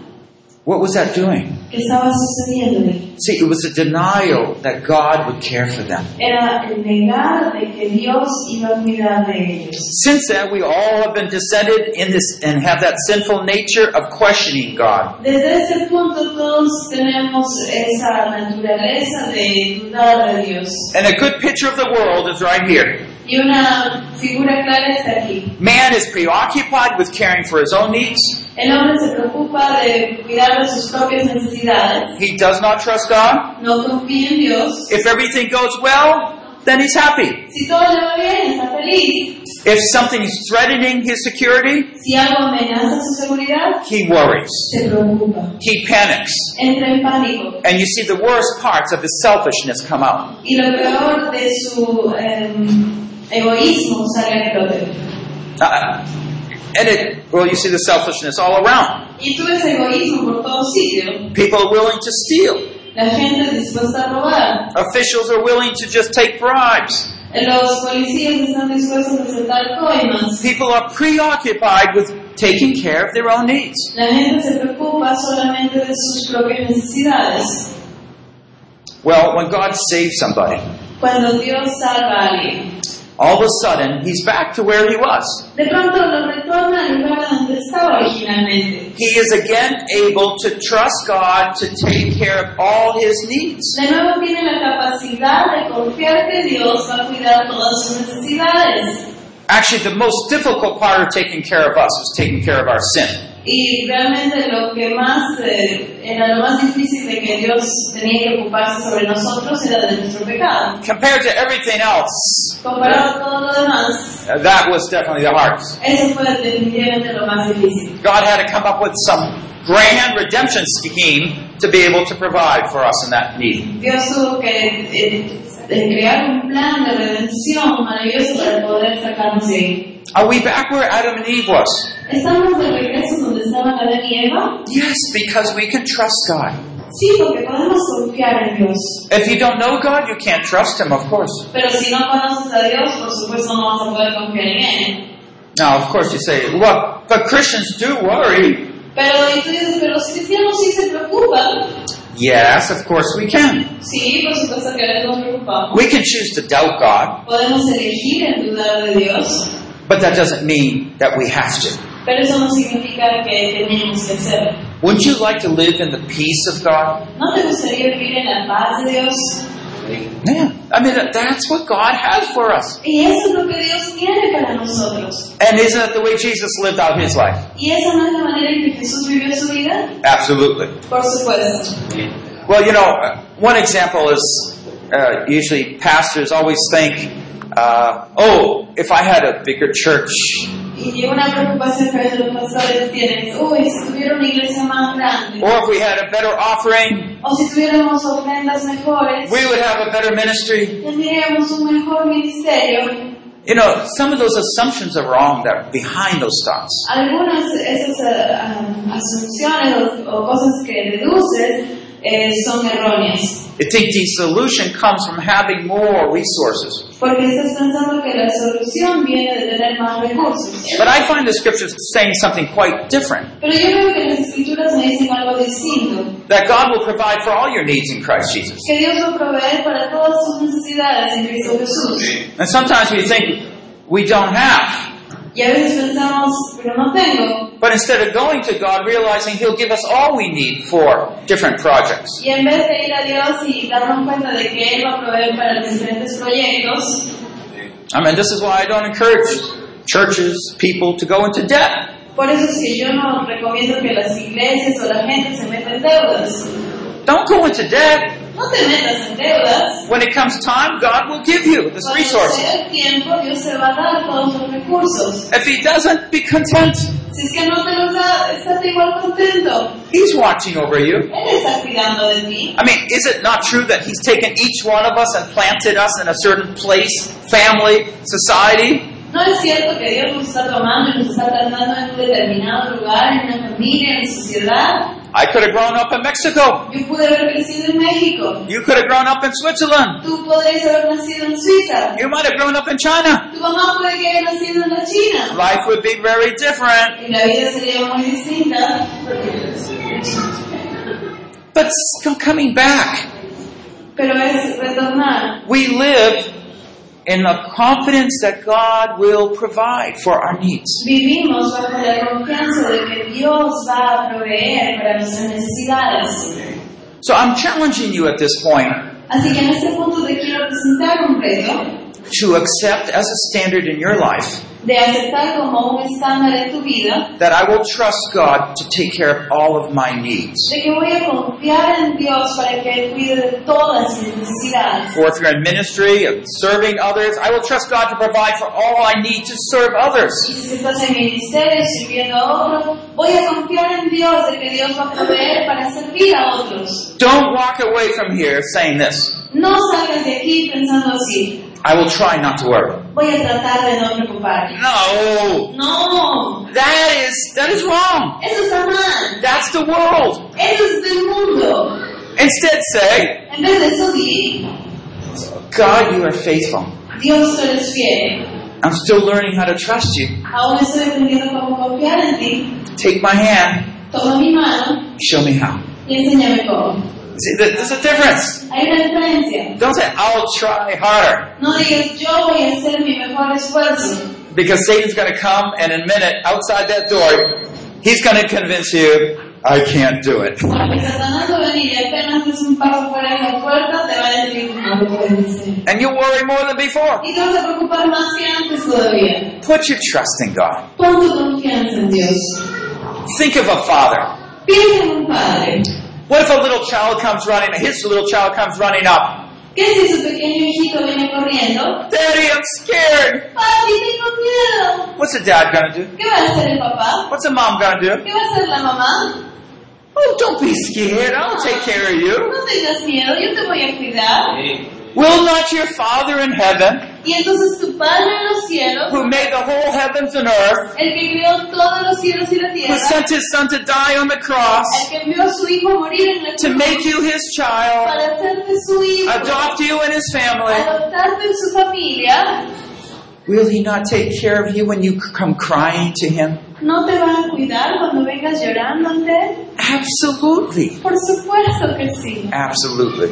A: what was that doing?
B: ¿qué estaba sucediendo?
A: See, it was a denial that God would care for them.
B: Era el negar de que Dios iba a cuidar de ellos.
A: Since then, we all have been descended in this and have that sinful nature of questioning God.
B: Desde ese punto todos tenemos esa naturaleza de dudar de Dios.
A: And a good picture of the world is right here.
B: Y una figura clara está aquí.
A: Man is preoccupied with caring for his own needs.
B: El hombre se preocupa de cuidar de sus propias necesidades,
A: He does not trust God.
B: no confía en Dios.
A: If everything goes well, then he's happy.
B: Si todo le va bien, está feliz.
A: If something is threatening his security,
B: Si algo amenaza su seguridad,
A: he worries.
B: se preocupa.
A: He panics.
B: Entra en pánico.
A: And you see the worst parts of his selfishness come out.
B: Y lo peor de su em, egoísmo sale a flote.
A: Uh, and it, well, you see the selfishness all around.
B: Y tú ves egoísmo por todo sitio.
A: People are willing to steal.
B: La gente es dispuesta a robar.
A: Officials are willing to just take bribes.
B: Los policías están dispuestos a aceptar coimas.
A: People are preoccupied with taking care of their own needs.
B: La gente se preocupa solamente de sus propias necesidades.
A: Well, when God saves somebody,
B: Cuando Dios salva a alguien,
A: all of a sudden he's back to where he was.
B: de pronto lo retorna al lugar donde estaba originalmente.
A: He is again able to trust God to take care of all his needs.
B: De nuevo tiene la capacidad de confiar que Dios va a cuidar todas sus necesidades.
A: Actually, the most difficult part of taking care of us was taking care of our sin.
B: Y realmente lo que más eh, era lo más difícil de que Dios tenía que ocuparse sobre nosotros era de nuestro pecado.
A: Compared to everything else,
B: Comparado a todo lo demás,
A: uh, that was definitely the hardest.
B: Eso fue definitivamente lo más difícil.
A: God had to come up with some grand redemption scheme to be able to provide for us in that need.
B: Dios tuvo que eh, eh, crear un plan de redención maravilloso para poder sacarnos de ahí.
A: Are we back where Adam and Eve was?
B: ¿Estamos de regreso donde estaban Adán y Eva?
A: Yes, because we can trust God.
B: Sí, porque podemos confiar en Dios.
A: If you don't know God, you can't trust Him, of course.
B: Pero si no conoces a Dios, por supuesto no vas a poder confiar en Él.
A: Now, of course, you say, well, but Christians do worry.
B: Pero y tú dices, pero los cristianos sí se preocupan.
A: Yes, of course we can.
B: Sí, por supuesto que nos preocupamos.
A: We can choose to doubt God,
B: Podemos elegir en dudar de Dios,
A: but that doesn't mean that we have to.
B: pero eso no significa que tenemos que hacerlo.
A: Wouldn't you like to live in the peace of God?
B: ¿No te gustaría vivir en la paz de Dios?
A: Yeah. I mean, that- that's what God has for us.
B: Y eso es lo que Dios tiene para nosotros.
A: And isn't that the way Jesus lived out His life?
B: ¿Y esa no es la manera en que Jesús vivió su vida?
A: Absolutely.
B: Por supuesto.
A: Well, you know, uh, one example is uh, usually pastors always think, uh, oh, if I had a bigger church,
B: Y una preocupación que a veces los pastores tienen es, uy, si tuviera una iglesia más grande,
A: or if we had a better offering,
B: o si tuviéramos ofrendas mejores,
A: we would have a better ministry.
B: tendríamos un mejor ministerio.
A: You know, some of those assumptions are wrong that are behind those thoughts.
B: eh, Algunas de esas ah, ah, asunciones o, o cosas que deduces eh, son erróneas.
A: You think the solution comes from having more resources.
B: Porque estás pensando que la solución viene de tener más recursos.
A: But I find the scriptures saying something quite different
B: Pero yo creo que las escrituras me dicen algo distinto.
A: that God will provide for all your needs in Christ Jesus.
B: Que Dios lo provee para todas tus necesidades en Cristo Jesús.
A: And sometimes we think we don't have.
B: Y a veces pensamos, pero no tengo.
A: But instead of going to God, realizing He'll give us all we need for different projects.
B: Y en vez de ir a Dios y darnos cuenta de que Él va a proveer para diferentes proyectos,
A: I mean, this is why I don't encourage churches, people to go into debt.
B: por eso es que yo no recomiendo que las iglesias o la gente se meta en deudas.
A: Don't go into debt.
B: No te metas en deudas.
A: When it comes time, God will give you this
B: Cuando
A: resource.
B: sea el tiempo, Dios te va a dar todos los recursos.
A: If He doesn't, be content.
B: Si es que no te los da, estate igual contento.
A: He's watching over you.
B: Él está cuidando de ti.
A: I mean, is it not true that He's taken each one of us and planted us in a certain place, family, society?
B: No es cierto que Dios nos está tomando y nos está tratando en un determinado lugar, en una familia, en la sociedad.
A: I could have grown up in Mexico.
B: Yo pude haber crecido en México.
A: You could have grown up in Switzerland.
B: Tú podrías haber nacido en Suiza.
A: You might have grown up in China.
B: Tu mamá puede que haya nacido en la China.
A: Life would be very different.
B: Y la vida sería muy distinta.
A: But still coming back,
B: Pero es retornar.
A: we live in the confidence that God will provide for our needs.
B: Vivimos bajo la confianza de que Dios va a proveer para nuestras necesidades.
A: So I'm challenging you at this point
B: Así que en este punto te quiero presentar un reto
A: to accept as a standard in your life
B: de aceptar como un estándar en tu vida
A: that I will trust God to take care of all of my needs.
B: de que voy a confiar en Dios para que Él cuide de todas mis necesidades.
A: Or if you're in ministry and serving others, I will trust God to provide for all I need to serve
B: Y
A: others.
B: si es que estás en ministerio sirviendo a otros, voy a confiar en Dios de que Dios va a proveer para servir a otros.
A: Don't walk away from here saying this.
B: No salgas de aquí pensando así,
A: I will try not to worry.
B: voy a tratar de no preocuparme.
A: No.
B: No,
A: That is that is wrong.
B: eso está mal.
A: That's the world.
B: Eso es del mundo.
A: Instead, say,
B: En vez de eso, di,
A: God, you are faithful.
B: Dios, tú eres fiel.
A: I'm still learning how to trust you.
B: Aún estoy aprendiendo cómo confiar en ti.
A: Take my hand.
B: Toma mi mano
A: Show me how.
B: y enséñame cómo.
A: See, there- there's a difference.
B: Hay una diferencia.
A: Don't say I'll try harder
B: No digas, yo voy a hacer mi mejor esfuerzo.
A: because Satan's going to come and in a minute outside that door, he's going to convince you I can't do it.
B: Porque Satanás va a venir y apenas es un paso fuera de la puerta, te va a decir, no lo puedes hacer.
A: And you worry more than before.
B: Y te vas a preocupar más que antes todavía.
A: Put your trust in God.
B: Pon tu confianza en Dios.
A: Think of a father.
B: Piensa en un padre.
A: What if a little child comes running, his little child comes running up?
B: ¿Qué si su pequeño hijito viene corriendo?
A: Daddy, I'm scared.
B: ¡Papi, tengo miedo!
A: What's the dad gonna do?
B: ¿Qué va a hacer el papá?
A: What's the mom gonna do?
B: ¿Qué va a hacer la mamá?
A: Oh, don't be scared. I'll take care of you.
B: No tengas miedo, yo te voy a cuidar.
A: Will not your Father in heaven,
B: Y entonces tu Padre en los cielos,
A: who made the whole heavens and earth,
B: el que creó todos los cielos y la
A: who
B: tierra,
A: sent his Son to die on the cross,
B: el que envió a su hijo a morir en la
A: to
B: cruz
A: make you his child,
B: para hacerte su hijo,
A: adopt you in his family,
B: adoptarte en su familia,
A: will he not take care of you when you come crying to him?
B: ¿no te va a cuidar cuando vengas llorando ante él?
A: Absolutely.
B: Por supuesto que sí.
A: Absolutely.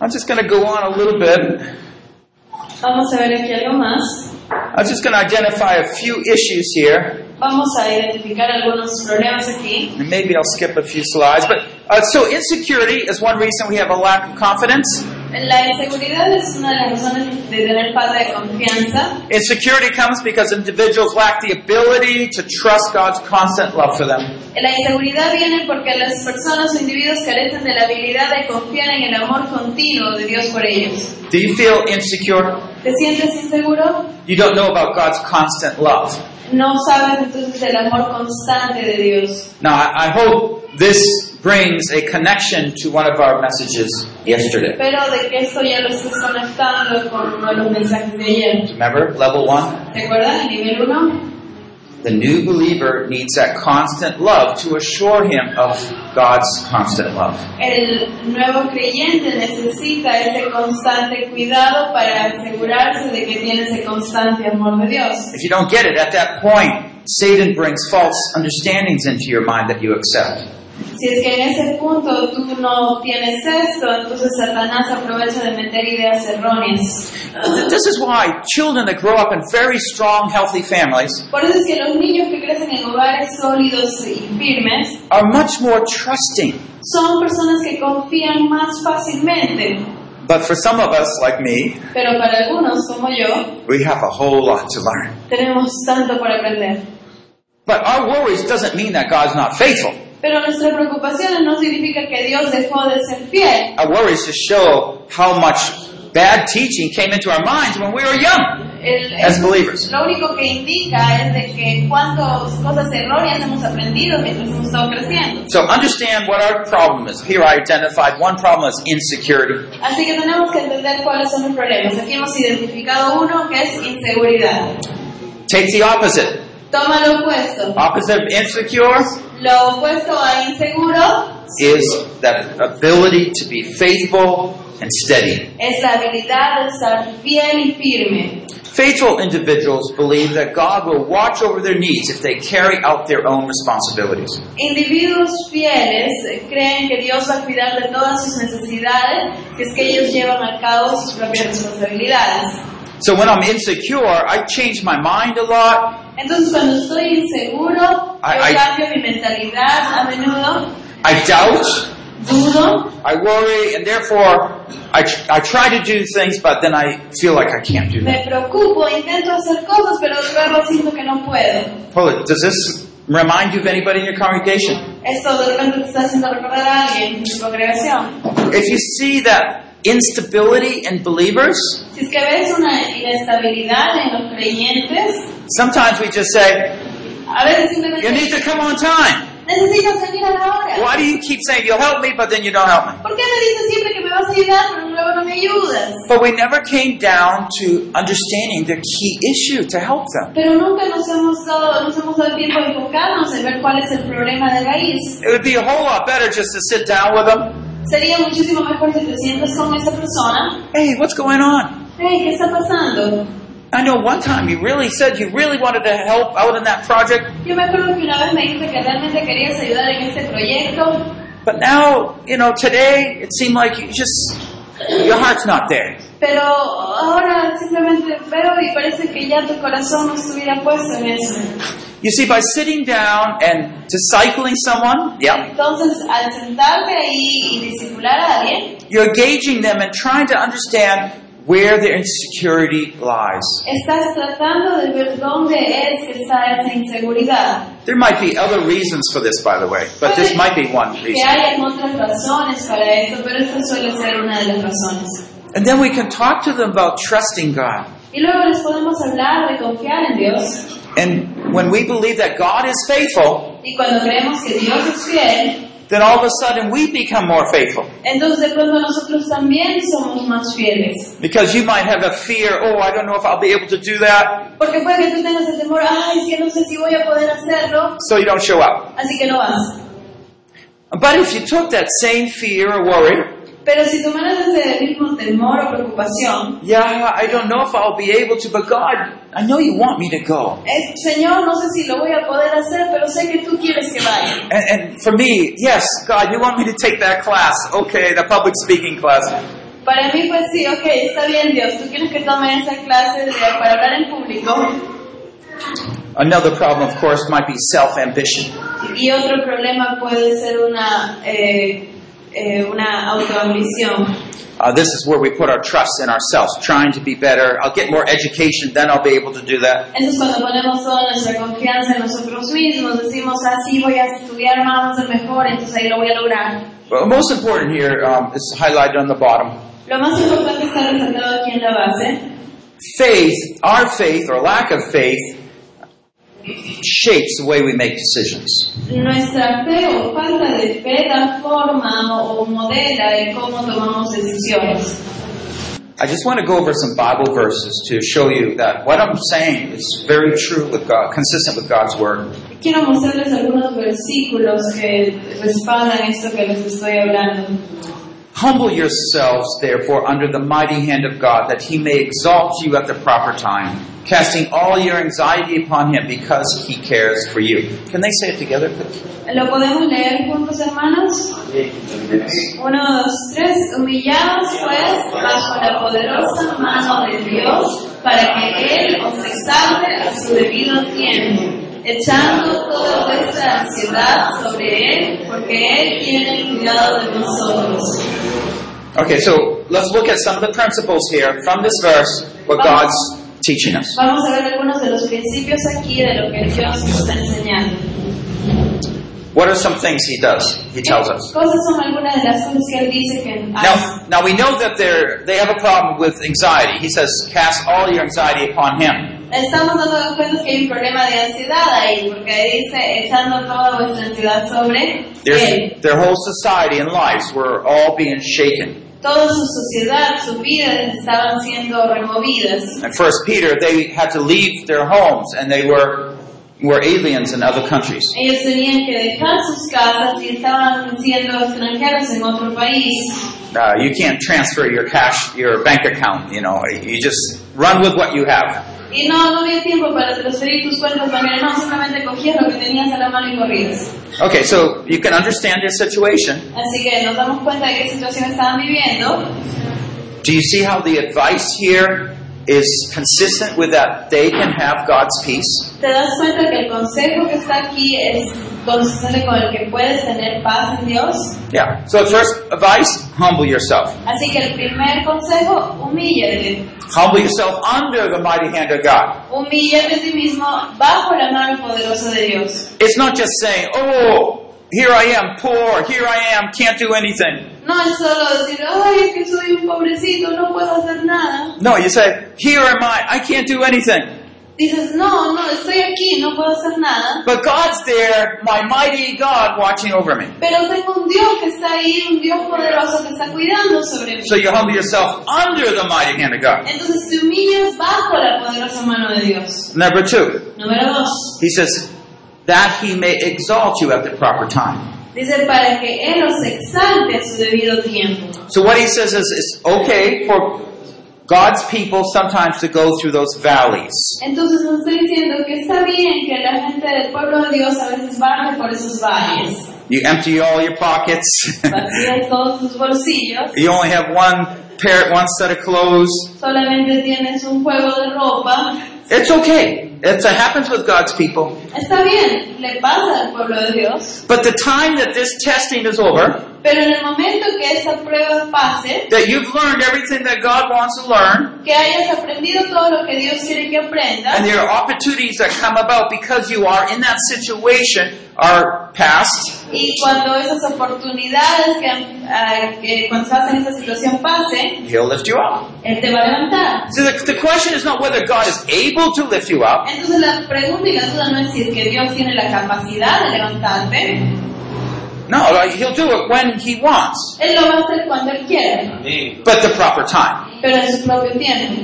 A: I'm just going to go on a little bit.
B: Vamos a ver aquí algo más.
A: I'm just going to identify a few issues here,
B: Vamos a identificar algunos problemas aquí.
A: and maybe I'll skip a few slides. But uh, so insecurity is one reason we have a lack of confidence.
B: La inseguridad es una de las razones de tener falta de confianza.
A: Insecurity comes because individuals lack the ability to trust God's constant love for them.
B: La inseguridad viene porque las personas o individuos carecen de la habilidad de confiar en el amor continuo de Dios por ellos.
A: Do you feel insecure?
B: ¿Te sientes inseguro?
A: You don't know about God's constant love.
B: No sabes entonces del amor constante de Dios.
A: Now, I, I hope this brings a connection to one of our messages yesterday.
B: Pero de que esto ya lo estás conectando con uno de los mensajes de ayer.
A: Remember, level one?
B: ¿Te acuerdas? El nivel 1.
A: the new believer needs that constant love to assure him of God's constant love.
B: El nuevo creyente necesita ese constante cuidado para asegurarse de que tiene ese constante amor de Dios.
A: If you don't get it at that point, Satan brings false understandings into your mind that you accept.
B: Si es que en ese punto tú no tienes esto, entonces Satanás aprovecha de meter ideas erróneas.
A: Th- This is why children that grow up in very strong, healthy families
B: Por eso es que los niños que crecen en hogares sólidos y firmes
A: are much more trusting.
B: son personas que confían más fácilmente.
A: But for some of us, like me,
B: Pero para algunos, como yo,
A: we have a whole lot to learn.
B: tenemos tanto por aprender.
A: But our worries doesn't mean that God's not faithful.
B: Pero nuestras preocupaciones no significa que Dios dejó de ser fiel.
A: Our worries just show how much bad teaching came into our minds when we were young
B: El- el-
A: as believers.
B: lo único que indica es de que cuántas cosas erróneas hemos aprendido mientras hemos estado creciendo.
A: So understand what our problem is. Here I identified one problem is insecurity.
B: Así que tenemos que entender cuáles son los problemas. Aquí hemos identificado uno que es inseguridad.
A: Take the opposite.
B: Toma lo opuesto.
A: Opposite of insecure
B: Lo opuesto a inseguro
A: is that ability to be faithful and steady.
B: es la habilidad de estar fiel y firme.
A: Faithful individuals believe that God will watch over their needs if they carry out their own responsibilities.
B: Individuos fieles creen que Dios va a cuidar de todas sus necesidades si es que ellos llevan a cabo sus propias responsabilidades.
A: So when I'm insecure, I change my mind a lot.
B: Entonces cuando estoy inseguro,
A: Ay,
B: yo
A: ay.
B: cambio mi mentalidad a menudo,
A: I doubt.
B: dudo,
A: I worry, and therefore I, tr- I try to do things, but then I feel like I can't do
B: me
A: them.
B: preocupo, intento hacer cosas, pero luego siento que no puedo.
A: Well, does this remind you of anybody in your congregation?
B: Esto de repente te está haciendo recordar a alguien en tu congregación.
A: If you see that instability in believers,
B: Si es que ves una inestabilidad en los creyentes,
A: sometimes we just say,
B: a veces
A: You need
B: simplemente
A: to come on time.
B: necesitas venir a la hora.
A: Why do you keep saying you'll help me, but then you don't help me?
B: ¿Por qué me dices siempre que me vas a ayudar, pero luego no me ayudas?
A: But we never came down to understanding the key issue to help them.
B: Pero nunca nos hemos dado, nos hemos dado tiempo de enfocarnos en ver cuál es el problema de raíz.
A: It would be a whole lot better just to sit down with them.
B: Sería muchísimo mejor si te sientas con esa persona.
A: Hey, what's going on?
B: Hey, ¿qué está pasando?
A: I know one time you really said you really wanted to help out in that project,
B: Yo me acuerdo que una vez me dijiste que realmente querías ayudar en este proyecto,
A: but now, you know, today it seemed like you just, your heart's not there.
B: pero ahora simplemente veo y parece que ya tu corazón no estuviera puesto en eso.
A: You see, by sitting down and discipling someone, yeah,
B: Entonces, al sentarte ahí y disipular a alguien,
A: you're engaging them and trying to understand where their insecurity lies.
B: estás tratando de ver dónde es que está esa inseguridad.
A: There might be other reasons for this, by the way, but this might be one
B: Que
A: reason.
B: hay otras razones para esto, pero esta suele ser una de las razones.
A: And then we can talk to them about trusting God.
B: Y luego les podemos hablar de confiar en Dios.
A: And when we believe that God is faithful,
B: Y cuando creemos que Dios es fiel,
A: then all of a sudden we become more faithful.
B: entonces de pronto nosotros también somos más fieles.
A: Because you might have a fear, oh, I don't know if I'll be able to do that,
B: Porque puede que tú tengas el temor, ay, es que no sé si voy a poder hacerlo,
A: so you don't show up.
B: así que no vas.
A: But if you took that same fear or worry,
B: Pero si tomaras ese mismo temor o preocupación,
A: yeah, I don't know if I'll be able to, but God, I know you want me to go.
B: eh, Señor, no sé si lo voy a poder hacer, pero sé que tú quieres que vaya.
A: And, and for me, yes, God, you want me to take that class. Okay, the public speaking class.
B: Para mí pues sí, ok, está bien Dios, tú quieres que tome esa clase de- para hablar en público,
A: Another problem, of course, might be self ambition.
B: Y otro problema puede ser una, eh, eh, una autoambición.
A: Uh, this is where we put our trust in ourselves, trying to be better. I'll get more education, then I'll be able to do that.
B: Entonces cuando ponemos toda nuestra confianza en nosotros mismos, decimos, así voy a estudiar más, voy a ser mejor, entonces ahí lo voy a lograr.
A: But most important here um, is highlighted on the bottom.
B: Lo más importante está resaltado aquí en la base.
A: Faith, our faith or lack of faith, shapes the way we make decisions.
B: Nuestra fe o falta de fe da forma o modela de cómo tomamos decisiones.
A: I just want to go over some Bible verses to show you that what I'm saying is very true with God, consistent with God's Word.
B: Quiero mostrarles algunos versículos que respaldan esto que les estoy hablando.
A: Humble yourselves, therefore, under the mighty hand of God, that he may exalt you at the proper time, casting all your anxiety upon him because he cares for you. Can they say it together, please?
B: ¿Lo podemos leer juntos, hermanos? Uno, dos, tres. Humillados, pues, bajo la poderosa mano de Dios, para que Él os exalte a su debido tiempo, echando toda vuestra ansiedad sobre Él, porque Él tiene cuidado de vosotros.
A: Okay, so let's look at some of the principles here from this verse, what God's teaching us.
B: Vamos a ver algunos de los principios aquí de lo que Dios nos está enseñando.
A: What are some things he does? He tells us.
B: Cosas son algunas de las cosas que Él dice que hace.
A: Now, now we know that they're, they have a problem with anxiety. He says, cast all your anxiety upon him.
B: Estamos dando cuenta que hay un problema de ansiedad ahí, porque dice echando toda vuestra ansiedad sobre Él.
A: There's, their whole society and lives were all being shaken.
B: Toda su sociedad, su vida estaban siendo removidas.
A: And First Peter, they had to leave their homes and they were, were aliens in other countries.
B: Ellos tenían que dejar sus casas y estaban siendo extranjeros en otro país.
A: Uh, you can't transfer your cash, your bank account, you know. You just run with what you have.
B: Y no, no había tiempo para transferir tus cuentas bancarias, no, simplemente cogías lo que tenías a la mano y corrías.
A: Okay, so you can understand their situation.
B: Así que nos damos cuenta de qué situación estaban viviendo.
A: Do you see how the advice here is consistent with that they can have God's peace?
B: Te das cuenta que el consejo que está aquí es consistente con el que puedes tener paz en Dios.
A: Yeah. So first advice, humble yourself.
B: Así que el primer consejo, humíllate.
A: Humble yourself under the mighty hand of God.
B: Humíllate a ti mismo bajo la mano poderosa de Dios.
A: It's not just saying, "Oh, here I am, poor. Here I am, can't do anything."
B: No es solo decir, ay, es que soy un pobrecito, no puedo hacer nada.
A: No, you say, "Here am I. I can't do anything."
B: Dices, no, no, estoy aquí, no puedo hacer nada.
A: But God's there, my mighty God watching over me.
B: Pero tengo un Dios que está ahí, un Dios poderoso que está cuidando sobre mí.
A: So you humble yourself under the mighty hand of God.
B: Entonces te humillas bajo la poderosa mano de Dios.
A: Number 2.
B: Número dos.
A: He says, "That he may exalt you at the proper time."
B: Dice para que Él os exalte a su debido tiempo.
A: So what he says is it's okay for God's people sometimes to go through those valleys.
B: Entonces nos está diciendo que está bien que la gente del pueblo de Dios a veces baje por esos valles.
A: You empty all your pockets. (laughs)
B: Vacías todos tus bolsillos,
A: you only have one pair, one set of clothes.
B: solamente tienes un juego de ropa.
A: It's okay. It's, it happens with God's people.
B: Está bien, le pasa al pueblo de Dios.
A: But the time that this testing is over,
B: Pero en el momento que esta prueba pase,
A: that you've learned everything that God wants to learn,
B: que hayas aprendido todo lo que Dios quiere que aprendas,
A: and there are opportunities that come about because you are in that situation are past,
B: y cuando esas oportunidades que, ah, que cuando estás en esa situación pase,
A: He'll lift you up.
B: Él te va a levantar.
A: So the, the question is not whether God is able to lift you up.
B: Entonces la pregunta y la duda no es si es que Dios tiene la capacidad de levantarte,
A: No, like, He'll do it when He wants.
B: Él lo va a hacer cuando Él quiera,
A: but the proper time.
B: pero en su propio tiempo.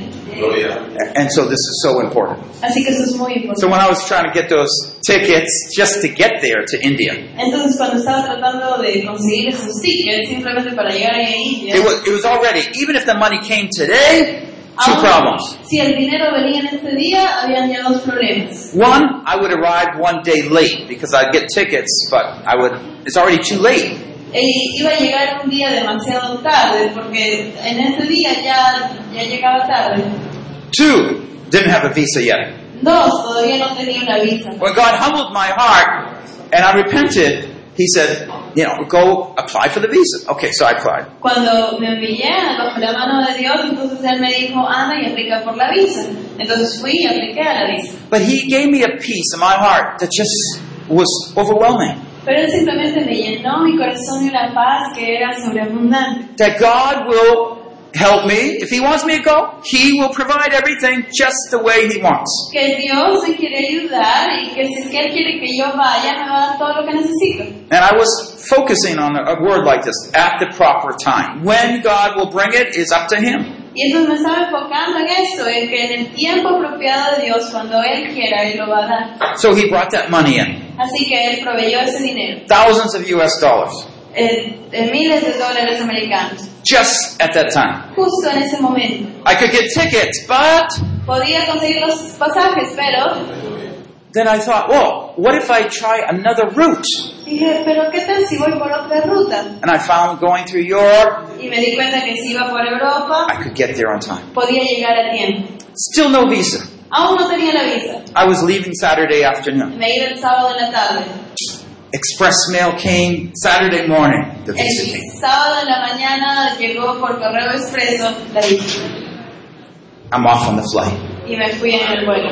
A: And so this is so important.
B: Así que eso es muy
A: So
B: importante.
A: when I was trying to get those tickets just to get there to India,
B: Entonces cuando estaba tratando de conseguir esos tickets simplemente para llegar ahí a India,
A: it was, it was already, even if the money came today, two
B: aún
A: problems.
B: si el dinero venía en este día, habían ya dos problemas.
A: One, I would arrive one day late because I'd get tickets, but I would, it's already too late.
B: E iba a llegar un día demasiado tarde, porque en este día ya, ya llegaba tarde.
A: Two, didn't have a visa yet.
B: Dos, todavía no tenía una visa.
A: When God humbled my heart and I repented, He said, you know, go apply for the visa. Okay, so I applied.
B: Cuando me humillé bajo la mano de Dios, entonces Él me dijo, anda y aplica por la visa. Entonces fui y apliqué a la visa.
A: But he gave me a peace in my heart that just was overwhelming.
B: Pero Él simplemente me llenó mi corazón de una paz que era sobreabundante.
A: That God will help me. If he wants me to go, he will provide everything just the way he wants.
B: Que Dios me quiere ayudar y que si es que Él quiere que yo vaya, me va a dar todo lo que necesito.
A: And I was focusing on a, a word like this at the proper time. When God will bring it is up to him.
B: Y entonces me estaba enfocando en esto, en que en el tiempo apropiado de Dios, cuando Él quiera, Él lo va a dar.
A: So he brought that money in,
B: Así que Él proveyó ese dinero,
A: thousands of US dollars,
B: eh, de miles de dólares americanos,
A: just at that time.
B: justo en ese momento.
A: I could get tickets, but
B: Podía conseguir los pasajes, pero
A: then I thought, well, what if I try another route?
B: dije, pero ¿qué tal si voy por otra ruta?
A: And I found going through Europe,
B: Y me di cuenta que si iba por Europa,
A: I could get there on time.
B: podía llegar a tiempo.
A: Still no visa.
B: Aún no tenía la visa,
A: I was leaving Saturday afternoon.
B: me iba el sábado en la tarde.
A: Express mail came Saturday morning. The visa
B: El
A: came.
B: sábado en la mañana llegó por correo expreso la visa.
A: I'm off on the flight.
B: y me fui en el vuelo.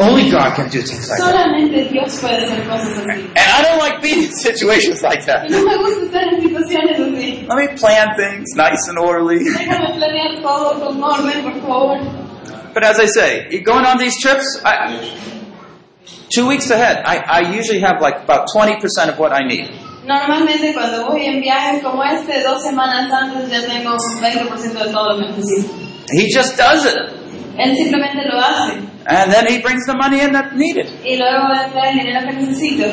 A: Only God can do things like that.
B: Solamente Dios puede hacer cosas así.
A: And I don't like being in situations like
B: Y
A: that.
B: no me gusta estar en situaciones así.
A: Let me plan things nice and orderly.
B: Déjame planear todo con orden, por favor.
A: But as I say, you're going on these trips, I, two weeks ahead, I, I usually have like about 20% of what I need.
B: Normalmente cuando voy en viajes como este, dos semanas antes ya tengo un 20% de todo lo que necesito.
A: He just does it.
B: Él simplemente lo hace
A: And then he brings the money in that's needed.
B: y luego va a traer el dinero que necesito.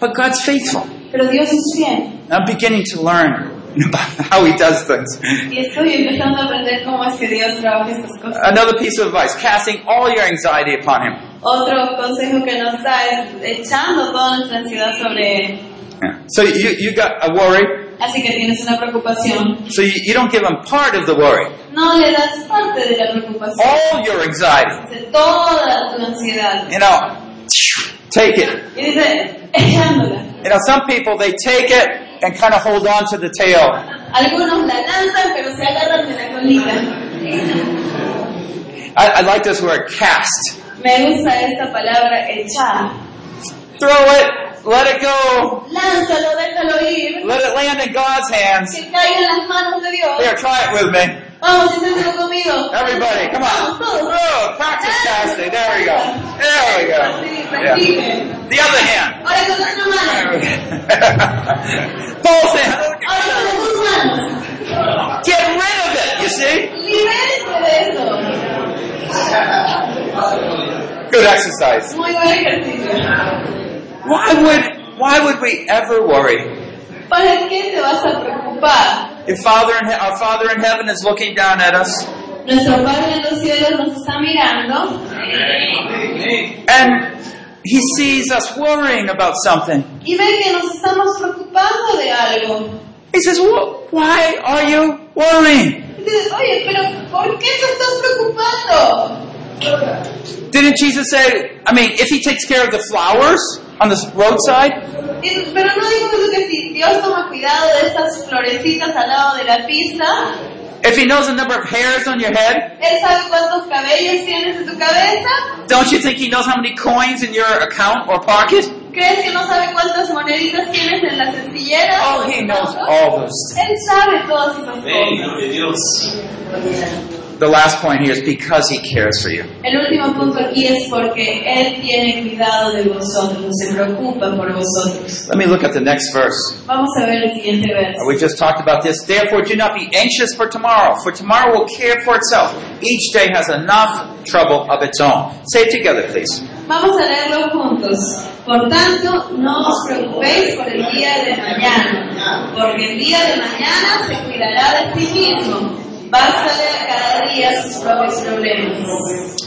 A: But God's faithful.
B: Pero Dios es fiel
A: I'm beginning to learn (laughs) about how he does things.
B: y estoy empezando a aprender cómo es que Dios trabaja estas cosas.
A: Another piece of advice, casting all your anxiety upon him.
B: Otro consejo que nos da es echando toda nuestra ansiedad sobre Él.
A: Yeah. So you, you got a worry,
B: Así que tienes una preocupación
A: so you, you don't give him part of the worry.
B: No le das parte de la preocupación,
A: All your anxiety.
B: de toda tu ansiedad.
A: You know, take it.
B: Y dice, echándola.
A: You know, some people, they take it and kind of hold on to the tail.
B: Algunos la lanzan, pero se agarran de la colita.
A: I, I like this word, cast.
B: Me gusta esta palabra, echar.
A: Throw it, let it go,
B: Lánzalo, déjalo ir,
A: let it land in God's hands.
B: que caiga en las manos de Dios.
A: Here, try it with me.
B: Vamos, inténtalo conmigo.
A: Everybody, come on.
B: Vamos, todos.
A: Throw, practice casting. There we go. There we
B: Sí,
A: go. Yeah.
B: practiquen.
A: The other hand. (laughs)
B: Ahora con otra
A: There we go.
B: mano.
A: Both hands.
B: Ahora con las dos manos.
A: Get rid of it, you see?
B: Libérese de eso.
A: Good exercise.
B: Muy buen ejercicio.
A: Why would, why would we ever worry?
B: ¿Para qué te vas a preocupar?
A: Your Father in, he- our Father in heaven is looking down at us.
B: Nuestro Padre en los cielos nos está mirando
A: And he sees us worrying about something.
B: y ve que nos estamos preocupando de algo.
A: He says, "Wh- Why are you worrying?
B: Y dices, oye, pero ¿por qué te estás preocupando?
A: Didn't Jesus say, I mean, if he takes care of the flowers on the roadside,
B: Y dices, pero no digo eso que si Dios toma cuidado de estas florecitas al lado de la pista,
A: if he knows the number of hairs on your head,
B: Él sabe cuántos cabellos tienes en tu cabeza,
A: don't you think he knows how many coins in your account or pocket?
B: ¿crees que no sabe cuántas moneditas tienes en la sencillera?
A: Oh, he knows all those things.
B: Él sabe todas esas cosas.
A: The last point here is because he cares for you.
B: El último punto aquí es porque Él tiene cuidado de vosotros, se preocupa por vosotros.
A: Let me look at the next verse.
B: Vamos a ver el siguiente verso.
A: We just talked about this. Therefore, do not be anxious for tomorrow, for tomorrow will care for itself. Each day has enough trouble of its own. Say it together, please.
B: Vamos a leerlo juntos. Por tanto, no os preocupéis por el día de mañana, porque el día de mañana se cuidará de sí mismo. Bástale cada día sus propios problemas.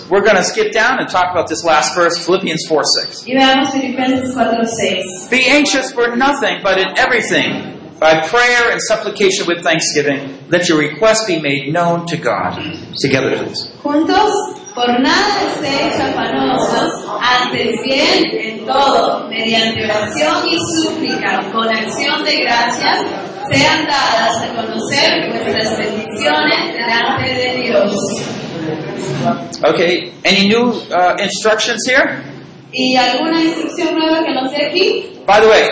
A: We're going to skip down and talk about this last verse, Philippians 4 6.
B: Y veamos Filipenses 4:6.
A: Be anxious for nothing, but in everything, by prayer and supplication with thanksgiving, let your requests be made known to God. Together, please.
B: Juntos, por nada estéis afanosos, antes bien en todo, mediante oración y súplica, con acción de gracias, sean dadas a conocer vuestras peticiones delante de Dios.
A: Okay, any new uh, instructions here?
B: ¿Y alguna instrucción nueva que nos dé aquí?
A: By the way,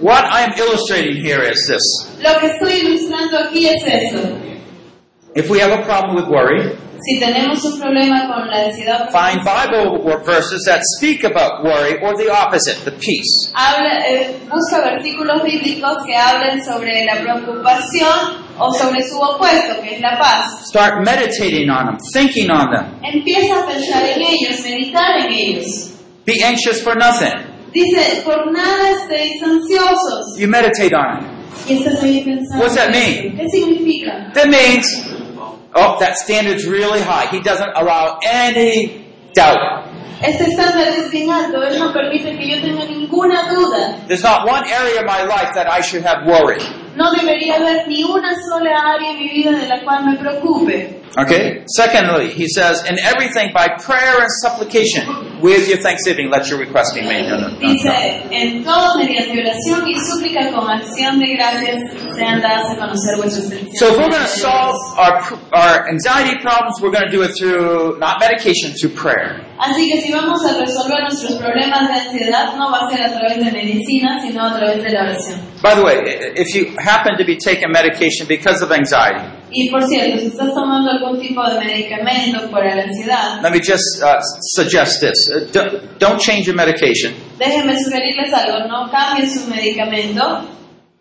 A: what I am illustrating here is this
B: Lo que estoy ilustrando aquí es eso.
A: If we have a problem with worry,
B: Si tenemos un problema con la ansiedad,
A: find Bible wo- verses that speak about worry or the opposite, the peace.
B: habla- eh, busca versículos bíblicos que hablen sobre la preocupación o sobre su opuesto, que es la paz.
A: Start meditating on them, thinking on them.
B: Empieza a pensar en ellos, meditar en ellos.
A: Be anxious for nothing.
B: Dice, por nada estéis ansiosos.
A: You meditate on it.
B: Y estás ahí pensando,
A: What's that mean?
B: ¿qué significa?
A: That means, oh, that standard's really high. He doesn't allow any doubt.
B: Este estándar es bien alto, él no permite que yo tenga ninguna duda.
A: There's not one area of my life that I should have worry.
B: No debería haber ni una sola área en mi vida de la cual me preocupe.
A: Okay? Secondly, he says, in everything by prayer and supplication, with your thanksgiving, let your request be made. No, no, no, no.
B: Dice, en todo mediante oración y súplica con acción de gracias sean dadas a conocer vuestras peticiones.
A: So if we're going to solve our, our anxiety problems, we're going to do it through, not medication, through prayer.
B: Así que si vamos a resolver nuestros problemas de ansiedad, no va a ser a través de medicina, sino a través de la oración.
A: By the way, i- if you happen to be taking medication because of anxiety,
B: Y por cierto, si estás tomando algún tipo de medicamento para la ansiedad,
A: let me just uh, suggest this. Uh, don't, don't change your medication.
B: déjenme sugerirles algo, no cambien su medicamento.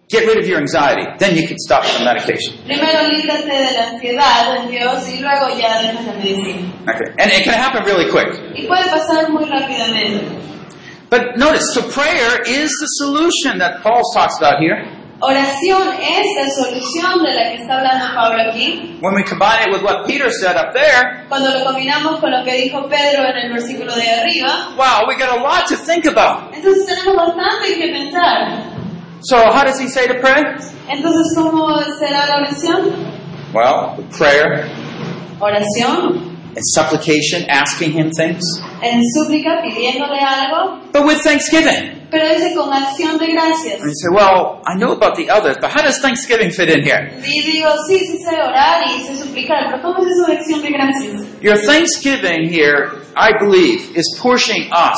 A: Get rid of your anxiety. Then you can stop the medication.
B: Primero líbrate de la ansiedad en Dios y luego ya dejas la medicina.
A: Okay. And it can happen really quick.
B: Y puede pasar muy rápidamente.
A: But notice, so prayer is the solution that Paul talks about here.
B: Oración es la solución de la que está hablando Pablo aquí.
A: When we combine it with what Peter said up there,
B: Cuando lo combinamos con lo que dijo Pedro en el versículo de arriba,
A: wow, we got a lot to think about.
B: entonces tenemos bastante que pensar.
A: So how does he say to pray?
B: Entonces, ¿cómo será la oración?
A: Well, with prayer
B: Oración,
A: and supplication, asking him things,
B: en súplica, pidiéndole algo,
A: but with thanksgiving.
B: Pero dice con acción de gracias.
A: And you say, well, I know about the others, but how does thanksgiving fit in here?
B: Y digo, sí, sí sé orar y sé suplicar, pero ¿cómo es eso de acción de gracias?
A: Your thanksgiving here, I believe, is pushing us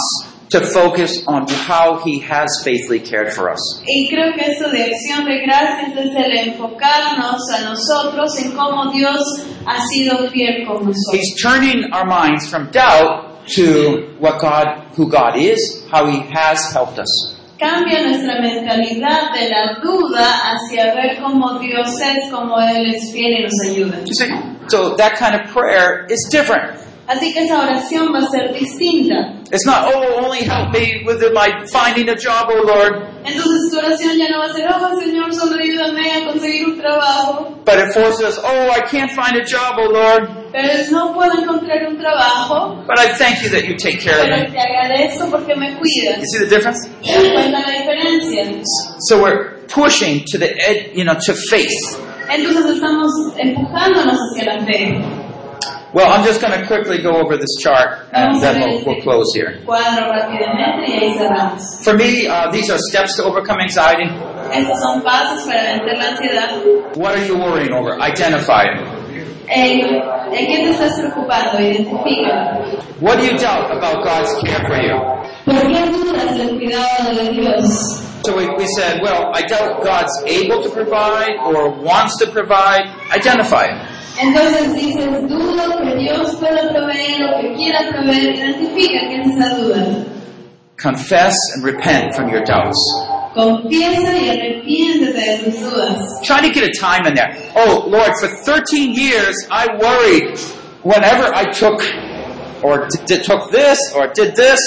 A: to focus on how he has faithfully cared for us.
B: Y creo que esto de acción de gracias es el enfocarnos a nosotros en cómo Dios ha sido fiel con nosotros.
A: He's turning our minds from doubt to what God, who God is, how he has helped us.
B: Cambia nuestra mentalidad de la duda hacia ver cómo Dios es, cómo Él es fiel y nos ayuda.
A: You see, so that kind of prayer is different.
B: Así que esa oración va a ser distinta.
A: It's not, oh, only help me with my finding a job, oh Lord,
B: Entonces tu oración ya no va a ser, oh Señor, solo ayúdame a conseguir un trabajo,
A: but it forces, oh, I can't find a job, oh Lord,
B: pero no puedo encontrar un trabajo,
A: but I thank you that you take care of
B: pero
A: me.
B: te agradezco porque me cuidas.
A: You see the difference?
B: ¿Te das cuenta la diferencia?
A: So we're pushing to the ed, you know, to faith.
B: Entonces estamos empujándonos hacia la fe.
A: Well, I'm just going to quickly go over this chart and then we'll, we'll close here.
B: Cuadro rápidamente y ahí cerramos.
A: For me, uh, these are steps to overcome anxiety.
B: Estos son pasos para vencer la ansiedad.
A: What are you worrying over? Identify it.
B: Eh, ¿En qué te estás preocupando? Identifica.
A: What do you doubt about God's care for you?
B: ¿Por qué dudas del cuidado de Dios?
A: So we, we said, well, I doubt God's able to provide or wants to provide. Identify it.
B: Entonces dices, dudo que Dios pueda proveer lo que quiera proveer. Identifica que es esa duda.
A: Confess and repent from your doubts.
B: Confiesa y arrepiéntete de tus dudas.
A: Try to get a time in there. Oh, Lord, for 13 years I worried whenever I took or d- d- took this or did this.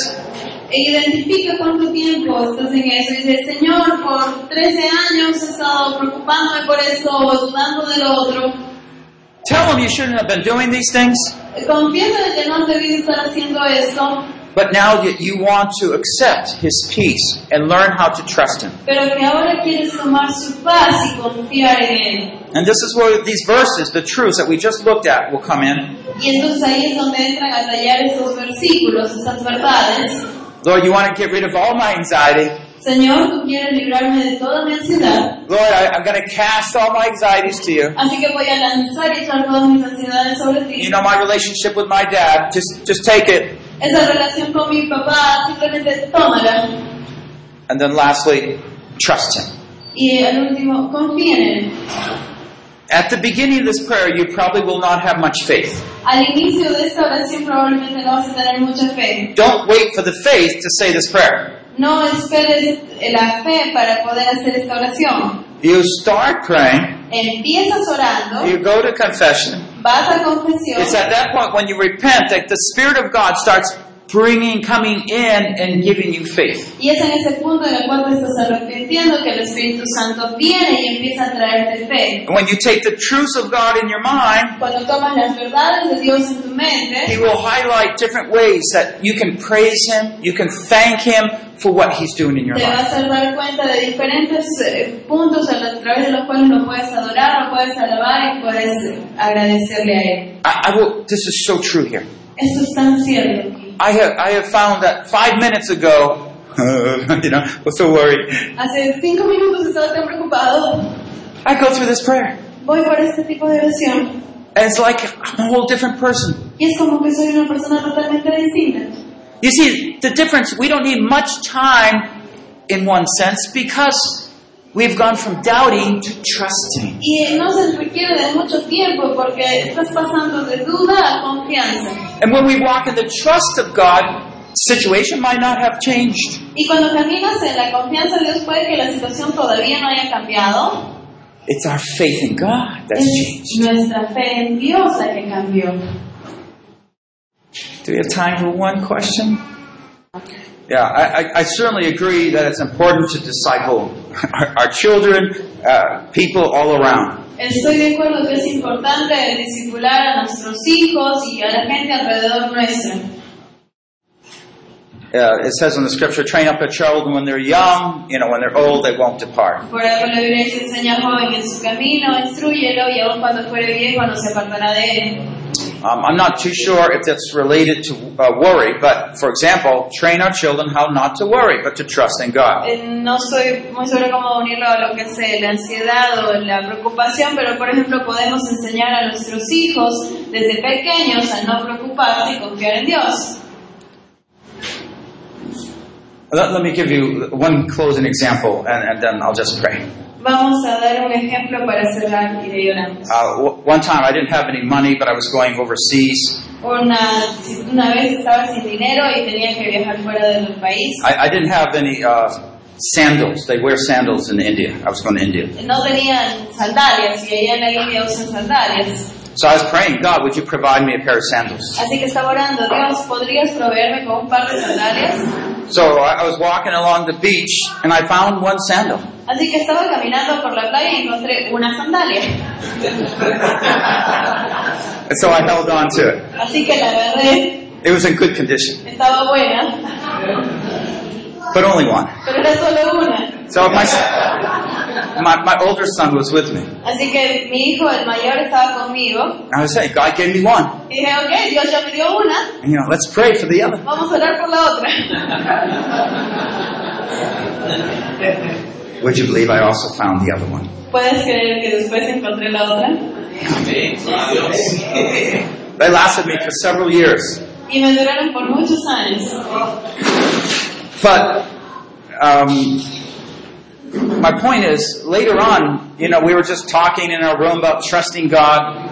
B: E identifica cuánto tiempo estás en eso. Y dice, Señor, por 13 años he estado preocupándome por esto o dudando del otro.
A: Tell him you shouldn't have been doing these things,
B: Confiesa que no has debido estar haciendo esto,
A: but now that you want to accept his peace and learn how to trust him.
B: pero que ahora quieres tomar su paz y confiar en Él.
A: And this is where these verses, the truths that we just looked at, will come in.
B: Y entonces ahí es donde entran a tallar estos versículos, estas verdades.
A: Lord, you want to get rid of all my anxiety.
B: Señor, tú quieres librarme de toda mi ansiedad,
A: Lord, I, I'm going to cast all my anxieties to you.
B: así que voy a lanzar y echar todas mis ansiedades sobre ti.
A: You know my relationship with my dad. Just, just take it.
B: Esa relación con mi papá, simplemente tómala.
A: And then lastly, trust Him.
B: Y al último, confía en él.
A: At the beginning of this prayer, you probably will not have much faith.
B: Al inicio de esta oración probablemente no vas a tener mucha fe.
A: Don't wait for the faith to say this prayer.
B: No esperes eh, la fe para poder hacer esta oración.
A: You start praying,
B: Empiezas orando,
A: you go to confession.
B: vas a confesión.
A: It's at that point when you repent that the Spirit of God starts bringing, coming in, and giving you faith.
B: Y es en ese punto en el cual te estás arrepintiendo que el Espíritu Santo viene y empieza a traerte fe.
A: And when you take the truths of God in your mind,
B: Cuando tomas las verdades de Dios en tu mente,
A: He will highlight different ways that you can praise Him, you can thank Him for what He's doing in your
B: te
A: life.
B: vas a dar cuenta de diferentes eh, puntos a lo- a través de los cuales lo puedes adorar, lo puedes alabar y puedes agradecerle a Él.
A: I, I will. This is so true here.
B: Esto es tan cierto.
A: I have I have found that five minutes ago, (laughs) you know, was so worried.
B: Hace cinco minutos estaba tan preocupado.
A: I go through this prayer,
B: Voy por este tipo de oración.
A: and it's like I'm a whole different person.
B: Y es como que soy una persona totalmente distinta.
A: You see, the difference. We don't need much time, in one sense, because we've gone from doubting to trusting.
B: Y no se requiere de mucho tiempo porque estás pasando de duda a confianza.
A: And when we walk in the trust of God, situation might not have changed.
B: Y cuando caminas en la confianza de Dios puede que la situación todavía no haya cambiado.
A: It's our faith in God that's
B: Es
A: changed.
B: nuestra fe en Dios la que cambió.
A: Do we have time for one question? Yeah, I, I, I certainly agree that it's important to disciple our, our children, uh, people all around.
B: Estoy de acuerdo que es importante discipular a nuestros hijos y a la gente alrededor nuestra.
A: Uh, it says in the scripture, train up a child when they're young, you know, when they're old, they won't depart.
B: Por algo la Biblia dice, enseña al joven en su camino, instruyelo y aun cuando fuere viejo no se apartará de él.
A: Um, I'm not too sure if that's related to uh, worry, but for example, train our children how not to worry, but to trust in God.
B: Eh, No estoy muy segura cómo unirlo a lo que es eh, la ansiedad o la preocupación, pero por ejemplo podemos enseñar a nuestros hijos desde pequeños a no preocuparse y confiar en Dios.
A: Let, let me give you one closing example, and, and then I'll just pray.
B: Vamos a dar un ejemplo para cerrar y de orar.
A: Uh, w- one time I didn't have any money, but I was going overseas.
B: Una, una vez estaba sin dinero y tenía que viajar fuera del país.
A: I, I didn't have any uh, sandals. They wear sandals in India. I was going to India.
B: No tenían sandalias y allá en la India usan sandalias.
A: So I was praying, God, would you provide me a pair of sandals?
B: Así que estaba orando, Dios, ¿podrías proveerme con un par de sandalias?
A: So I, I was walking along the beach and I found one sandal.
B: Así que estaba caminando por la playa y encontré una sandalia.
A: And so I held on to it.
B: Así que la agarré,
A: It was in good condition,
B: estaba buena,
A: but only one.
B: pero era solo una.
A: So my, s- my, my older son was with me.
B: Así que mi hijo, el mayor, estaba conmigo.
A: And I was saying, God gave me one.
B: Y dije, ok, Dios ya me dio una,
A: And, you know, let's pray for the other.
B: vamos a orar por la otra.
A: Would you believe I also found the other one?
B: ¿Puedes creer que después encontré la otra?
A: They lasted me for several years.
B: Y me duraron por muchos años.
A: But um, my point is, later on, you know, we were just talking in our room about trusting God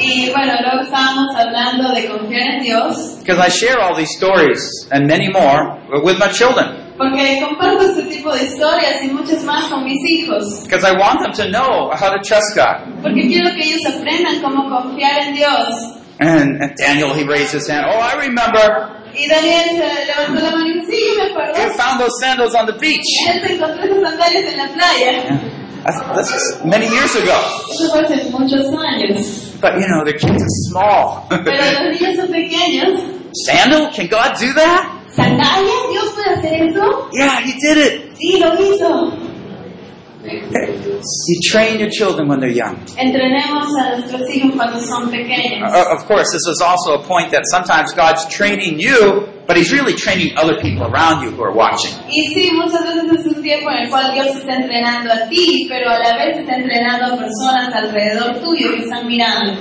B: Y bueno, luego estábamos hablando de confiar en Dios,
A: because I share all these stories and many more with my children
B: porque comparto este tipo de historias y muchas más con mis hijos,
A: because I want them to know how to trust God.
B: porque quiero que ellos aprendan cómo confiar en Dios.
A: And, and Daniel, he raised his hand. Oh, I remember.
B: Y Daniel se levantó la mano y dijo, sí, yo me acuerdo.
A: I found those sandals on the beach.
B: Él se encontró esas sandalias en la playa.
A: That's, that's just many years ago.
B: Eso fue hace muchos años.
A: But you know, the kids are small. (laughs)
B: Pero los niños son pequeños.
A: Sandal? Can God do that?
B: ¿Sandalias? ¿Dios puede hacer eso?
A: Yeah, he did it.
B: Sí, lo hizo.
A: You train your children when they're young.
B: Entrenemos a nuestros hijos cuando son pequeños.
A: Uh, Of course, this is also a point that sometimes God's training you, but He's really training other people around you who are watching.
B: Y sí, muchas veces es un tiempo en el cual Dios está entrenando a ti, pero a la vez está entrenando a personas alrededor tuyo que están mirando.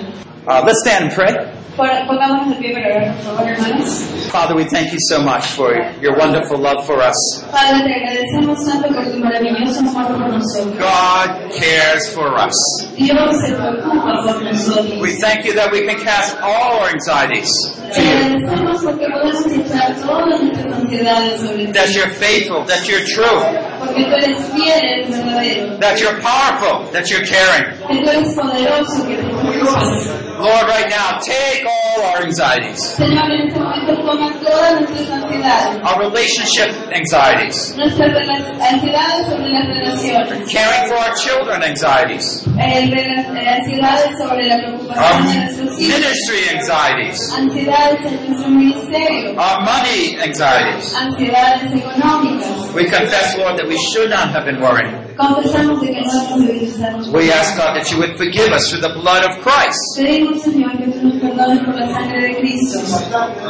A: Uh, let's stand and pray.
B: Pon- Pongámonos de pie para orar, por favor, hermanos.
A: Father, we thank you so much for your wonderful love for us.
B: Padre, te agradecemos tanto por tu maravilloso amor por nosotros.
A: God cares for us.
B: Dios se preocupa por nosotros.
A: We thank you that we can cast all our anxieties
B: Te
A: to you.
B: agradecemos porque podemos echar todas nuestras ansiedades sobre ti.
A: That you're faithful, that you're true,
B: Porque tú eres fiel, eres verdadero.
A: that you're powerful, that you're caring.
B: Que tú eres poderoso, que te preocupas.
A: Lord, right now, take all our anxieties,
B: Señor, en este momento toma todas nuestras ansiedades.
A: our relationship anxieties,
B: Nuestras rela- ansiedades sobre las relaciones.
A: caring for our children anxieties,
B: Eh, rela- eh, ansiedades sobre la preocupación
A: our
B: de nuestros hijos.
A: Um, ministry anxieties,
B: Ansiedades en nuestro ministerio.
A: our money anxieties.
B: Ansiedades económicas.
A: We confess, Lord, that we should not have been worried.
B: Confesamos de que no nos debilitamos.
A: We ask, God, that you would forgive us through the blood of Christ,
B: Pedimos, Señor, que tú nos perdones por la sangre de Cristo.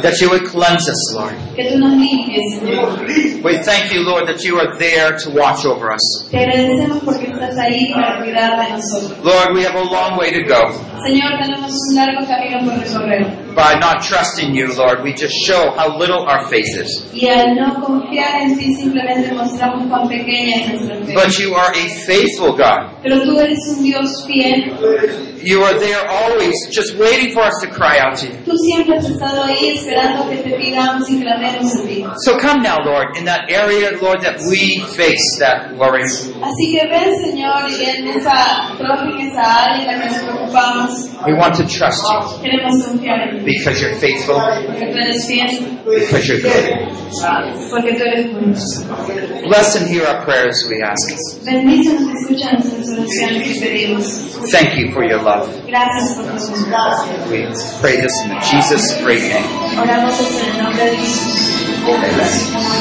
A: that you would cleanse us, Lord.
B: Que tú nos limpies, Señor.
A: We thank you, Lord, that you are there to watch over us.
B: Te agradecemos porque estás ahí para cuidar de nosotros.
A: Lord, we have a long way to go.
B: Señor, tenemos un largo camino por recorrer.
A: By not trusting you, Lord, we just show how little our faith is.
B: Y al no confiar en ti, simplemente mostramos cuán pequeña es nuestra fe.
A: But you are a faithful God.
B: Pero tú eres un Dios fiel.
A: You are there always, just waiting for us to cry out to you.
B: Tú siempre has estado ahí esperando que te pidamos y clamemos a ti.
A: So come now, Lord, in that area, Lord, that we face that worry.
B: Así que ven, Señor, y en esa, trabaja en esa área en la que nos preocupamos.
A: We want to trust you
B: Queremos confiar en ti.
A: because you're faithful,
B: Porque tú eres fiel,
A: because you're good.
B: porque tú eres bueno.
A: Bless and hear our prayers, we ask.
B: Bendícenos y escucha nuestras oraciones que pedimos.
A: Thank you for your love.
B: Gracias por tus bondades.
A: We pray this in Jesus' great name.
B: Oramos esto en el nombre de Jesús.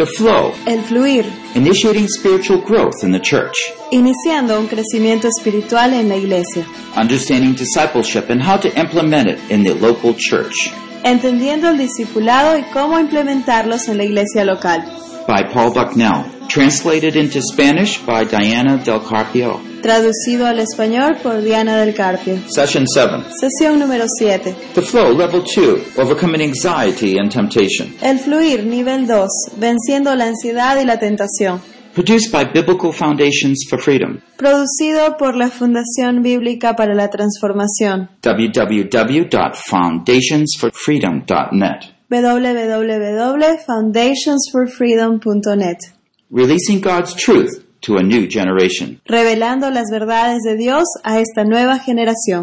C: The flow,
D: El fluir,
C: initiating spiritual growth in the church,
D: iniciando un crecimiento espiritual en la iglesia,
C: understanding discipleship and how to implement it in the local church
D: entendiendo el discipulado y cómo implementarlos en la iglesia local.
C: by Paul Bucknell, translated into Spanish by Diana Del Carpio.
D: Traducido al español por Diana del Carpio.
C: Session 7.
D: Sesión número 7.
C: The flow, level 2, overcoming anxiety and temptation,
D: El fluir, nivel 2. Venciendo la ansiedad y la tentación.
C: produced by Biblical Foundations for Freedom,
D: Producido por la Fundación Bíblica para la Transformación.
C: www.foundationsforfreedom.net.
D: www.foundationsforfreedom.net.
C: Releasing God's truth to a new generation.
D: Revelando las verdades de Dios a esta nueva generación.